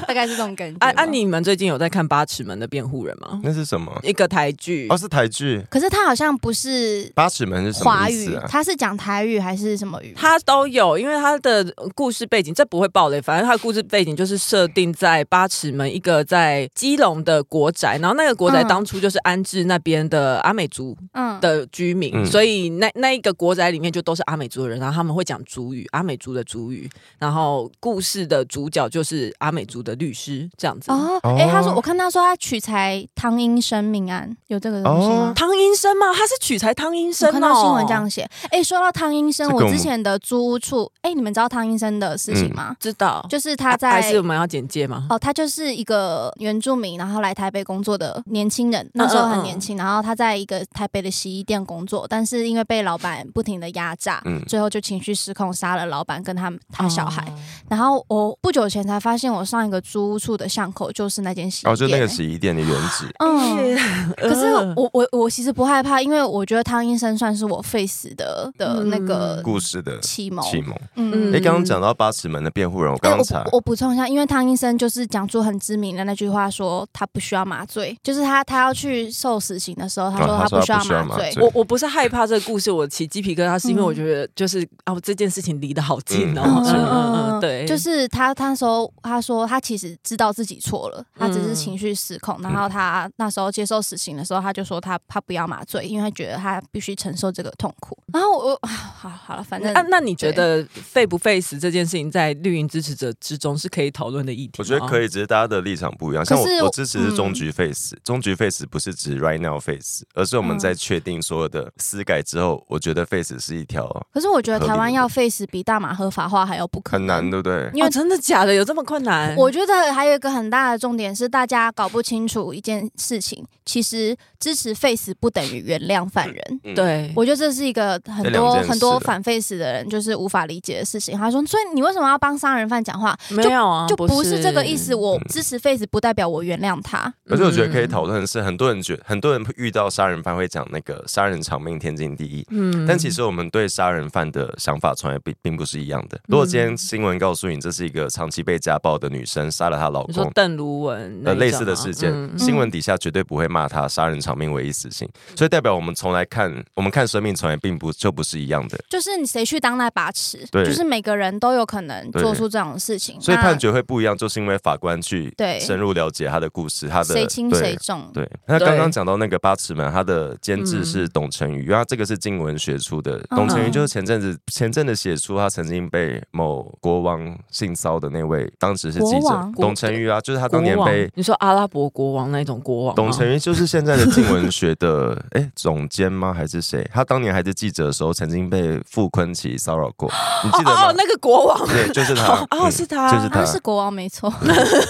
Speaker 3: [LAUGHS] 大概是这种感觉。
Speaker 1: 啊啊！，你们最近有在看《八尺门的辩护人》吗？
Speaker 2: 那是什么？
Speaker 1: 一个台剧
Speaker 2: 哦，，是台剧《
Speaker 3: 可是他好像不是
Speaker 2: 八尺门》是什
Speaker 3: 华
Speaker 2: 么意
Speaker 3: 语
Speaker 2: 思，啊？
Speaker 3: 他是讲台语还是什么语？
Speaker 1: 它都有，因为它的故事背景，这不会爆雷。反正它的故事背景就是设定在八尺门一个在基隆的国宅，然后那个国宅
Speaker 3: 嗯
Speaker 1: 当初就是安置那边的阿美族
Speaker 3: 嗯，
Speaker 1: 的居民，
Speaker 2: 嗯
Speaker 1: 所以那那一个国宅里面就都是阿美族的人，然后他们会讲族语，阿美族的族语，然后故事的主角就是阿美族的律师这样子。
Speaker 3: 哦，
Speaker 2: 哦
Speaker 3: 哎、他说我看他说他取材汤英生命案，有这个东西吗？
Speaker 1: 汤英生吗？他是取材汤英生
Speaker 3: 我
Speaker 1: 哦。
Speaker 3: 看到新闻这样写，哎、说到汤英生，
Speaker 2: 这个
Speaker 3: 我
Speaker 2: 我们
Speaker 3: 之前的租屋处，哎、你们知道汤英生的事情吗？
Speaker 2: 嗯
Speaker 1: 知道，
Speaker 3: 就是他
Speaker 1: 啊
Speaker 3: 在
Speaker 1: 还是我们要简介吗？
Speaker 3: 哦，他就是一个原住民，然后来台北工作的年轻
Speaker 2: 嗯
Speaker 3: 人，那时候很年轻。然后他在一个台北的洗衣店工作，但是因为被老板不停的压榨，
Speaker 2: 嗯
Speaker 3: 最后就情绪失控，杀了老板跟他他小孩。
Speaker 1: 哦
Speaker 3: 然后我不久前才发现，我上一个租屋处的巷口就是那间洗
Speaker 2: 哦，
Speaker 3: 衣
Speaker 2: 就那
Speaker 3: 店、
Speaker 2: 个
Speaker 3: 欸。
Speaker 2: 洗衣店的原址。
Speaker 3: 嗯，可是
Speaker 1: 呃
Speaker 3: 我我我其实不害怕，因为我觉得汤医生算是我 face 的的那个
Speaker 1: 嗯
Speaker 2: 故事的
Speaker 3: 启蒙。
Speaker 2: 启蒙。
Speaker 3: 嗯
Speaker 2: 哎、刚刚讲到八尺门的辩护人，我
Speaker 3: 哎
Speaker 2: 刚刚
Speaker 3: 我
Speaker 2: 查
Speaker 3: 补，我补充一下，因为汤医生就是讲出很知名的那句话说，他不需要麻醉，就是他他要去受死刑的时候，他说
Speaker 2: 啊他说
Speaker 3: 不需
Speaker 2: 他不需要
Speaker 3: 麻
Speaker 2: 麻
Speaker 3: 醉
Speaker 2: 醉。
Speaker 1: 我我不是害怕这个故事，我起鸡皮疙瘩，是因为
Speaker 3: 嗯
Speaker 1: 我觉得就是啊，我这件事情离得好近哦，
Speaker 2: 嗯
Speaker 1: 嗯嗯嗯，对，
Speaker 3: 就是他他那时候他说他其实知道自己错了，他
Speaker 1: 嗯
Speaker 3: 只是情绪失控，
Speaker 2: 嗯
Speaker 3: 然后他那时候接受死刑的时候，他就说他他不要麻醉，因为他觉得他必须承受这个痛苦。然后我我 [SIGHS] 好好了，反正
Speaker 1: 啊，那你觉得 face 不 face 这件事情在绿营支持者之中是可以讨论的议题？
Speaker 2: 我觉得可
Speaker 1: 以，
Speaker 2: 以，只是大家的立场不一样。
Speaker 3: 可
Speaker 2: 像我，
Speaker 3: 是我嗯
Speaker 2: 我支持是终局 face，、终局 face 不是指 right now face，而是我
Speaker 3: 嗯
Speaker 2: 们在确定所有的私改之后，我觉得 face 是一条
Speaker 3: 可是我觉得
Speaker 2: 合理
Speaker 3: 台湾
Speaker 2: 的
Speaker 3: 要 face 比大麻合法化还要不可
Speaker 2: 很
Speaker 3: 能
Speaker 2: 难，对不对？
Speaker 1: 因为、哦真的假的有这么困难？
Speaker 3: 我觉得还有一个很大的重点是，大家搞不清楚一件事情，其实支持 face 不等于原谅犯人。
Speaker 2: 嗯，
Speaker 1: 对，
Speaker 3: 我觉得这是一个很
Speaker 2: 这两
Speaker 3: 多
Speaker 2: 件事啊
Speaker 3: 很多
Speaker 2: 的
Speaker 3: 反 face 的人就是无法理解的事情。他说：“所以你为什么要帮杀人犯讲话？
Speaker 1: 没有啊，
Speaker 3: 就
Speaker 1: 不
Speaker 3: 不是这个意思。。我
Speaker 2: 嗯
Speaker 3: 支持 face 不代表我原谅他。
Speaker 2: 可是我觉得
Speaker 1: 嗯
Speaker 2: 可以讨论的是，很多人觉，很多人遇到杀人犯会讲那个杀人偿命，天经地义。
Speaker 1: 嗯
Speaker 2: 但其实我们对杀人犯的想法从来并并不是一样的。如果
Speaker 1: 嗯
Speaker 2: 今天新闻告诉你这是一个长期被家暴的女生杀了她老
Speaker 1: 你说
Speaker 2: 公，
Speaker 1: 邓如文那
Speaker 2: 呃
Speaker 1: 一种吗
Speaker 2: 类似的事件，
Speaker 1: 嗯
Speaker 2: 新闻底下绝对不会骂他杀人偿命为一死刑，所以代表我们从来看我们看生命从来并不就不是一样的，
Speaker 3: 就是你谁去当那把尺，
Speaker 2: 对
Speaker 3: 就是每个人都有可能
Speaker 2: 对
Speaker 3: 做出这种事情。
Speaker 2: 所以
Speaker 3: 那
Speaker 2: 判决会不一样，就是因为法官去
Speaker 3: 对
Speaker 2: 深入了解他的故事，他的
Speaker 3: 谁轻
Speaker 2: 对
Speaker 3: 谁重。
Speaker 2: 对，那刚
Speaker 1: 对
Speaker 2: 刚讲到那个八尺门，他的监制
Speaker 1: 嗯
Speaker 2: 是董成宇，因为他这个是经文学出的。
Speaker 3: 嗯
Speaker 2: 董成宇就是前阵子前阵子写出他曾经被某国王性骚的那位，当时是记
Speaker 3: 国
Speaker 2: 者
Speaker 3: 王
Speaker 2: 董成宇啊，就是他
Speaker 1: 国
Speaker 2: 当年
Speaker 1: 王
Speaker 2: 被，
Speaker 1: 你说阿拉伯国王那种国王吗，
Speaker 2: 董成宇就是现在的经文学的哎总监吗？还是谁？他当年还是记者的时候，曾经被傅昆奇骚扰过，你记得吗
Speaker 1: 哦，？那个国王
Speaker 2: 对，就是他，
Speaker 1: 哦，
Speaker 2: 嗯
Speaker 1: 是他，
Speaker 2: 就是
Speaker 3: 啊他
Speaker 2: 他
Speaker 3: 是国王
Speaker 2: [LAUGHS]
Speaker 3: 没错。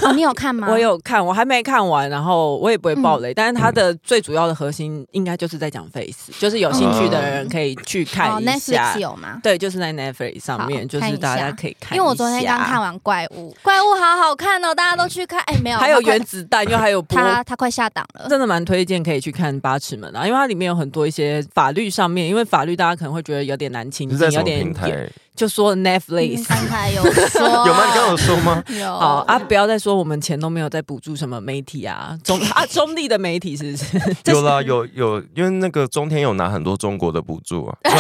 Speaker 3: 哦，你有看吗？嗯
Speaker 1: 我。有看，我还没看完，然后我也不会爆雷，但是它的最主要的核心应该就是在讲 face，就是有兴趣的人可以去
Speaker 3: 哦
Speaker 1: 看一下。
Speaker 3: ，Netflix 有吗？
Speaker 1: 对，就是在 Netflix 上
Speaker 3: 好
Speaker 1: 面，就
Speaker 3: 看
Speaker 1: 是
Speaker 3: 一
Speaker 1: 大家
Speaker 3: 下
Speaker 1: 可以看一下。
Speaker 3: 因为我昨天刚看完《怪物》，《怪物》好好看哦，大家都去看。哎，没有，
Speaker 1: 还有
Speaker 3: 它快
Speaker 1: 原子弹，又还
Speaker 3: [LAUGHS]
Speaker 1: 有波，
Speaker 3: 它它快下档了。
Speaker 1: 真的蛮推荐可以去看《八尺门》啊，因为它里面有很多一些法律上面，因为法律大家可能会觉得有点难亲
Speaker 2: 你是
Speaker 1: 近，
Speaker 2: 在什
Speaker 1: 有
Speaker 2: 么
Speaker 1: 点
Speaker 2: 平台？
Speaker 1: 就说
Speaker 3: 嗯哦
Speaker 1: Netflix。
Speaker 3: 刚
Speaker 1: [LAUGHS]
Speaker 3: 才有说有
Speaker 2: 有吗？你刚刚有说吗？
Speaker 3: 有
Speaker 1: 好啊，不要再说我们钱都没有在补助什么媒体啊，中 [LAUGHS] 啊中立的媒体是不是？ [LAUGHS] 这
Speaker 2: 有啦，有有，因为那个中天有拿很多中国的补助啊，
Speaker 1: [LAUGHS]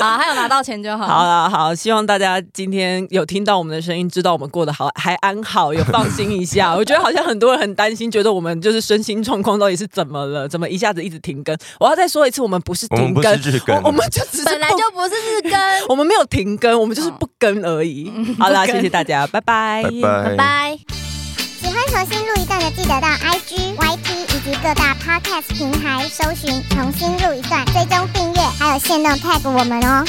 Speaker 3: 好，他有拿到钱就好。
Speaker 1: 好啦，好，希望大家今天有听到我们的声音，知道我们过得好，还安好，有放心一
Speaker 3: [LAUGHS]
Speaker 1: 下。我觉得好像很多人很担心，觉得我们就是身心状况到底是怎么了，怎么一下子一直停更。我要再说一次，我们不是
Speaker 2: 我们
Speaker 1: 停
Speaker 2: 不
Speaker 1: 更
Speaker 2: 是，日更
Speaker 1: 我，我们就只是
Speaker 3: 本来
Speaker 1: 不
Speaker 3: 就不是日更。
Speaker 1: 我们没有停更，我们就是不更而已。好啦，
Speaker 3: 嗯不更
Speaker 1: 谢谢大家，拜拜，
Speaker 2: 拜拜
Speaker 3: 拜拜。
Speaker 4: 喜欢重新录一段的，记得到 IG、YT 以及各大 Podcast 平台搜寻“重新录一段”，追踪订阅，还有限定 tag 我们哦。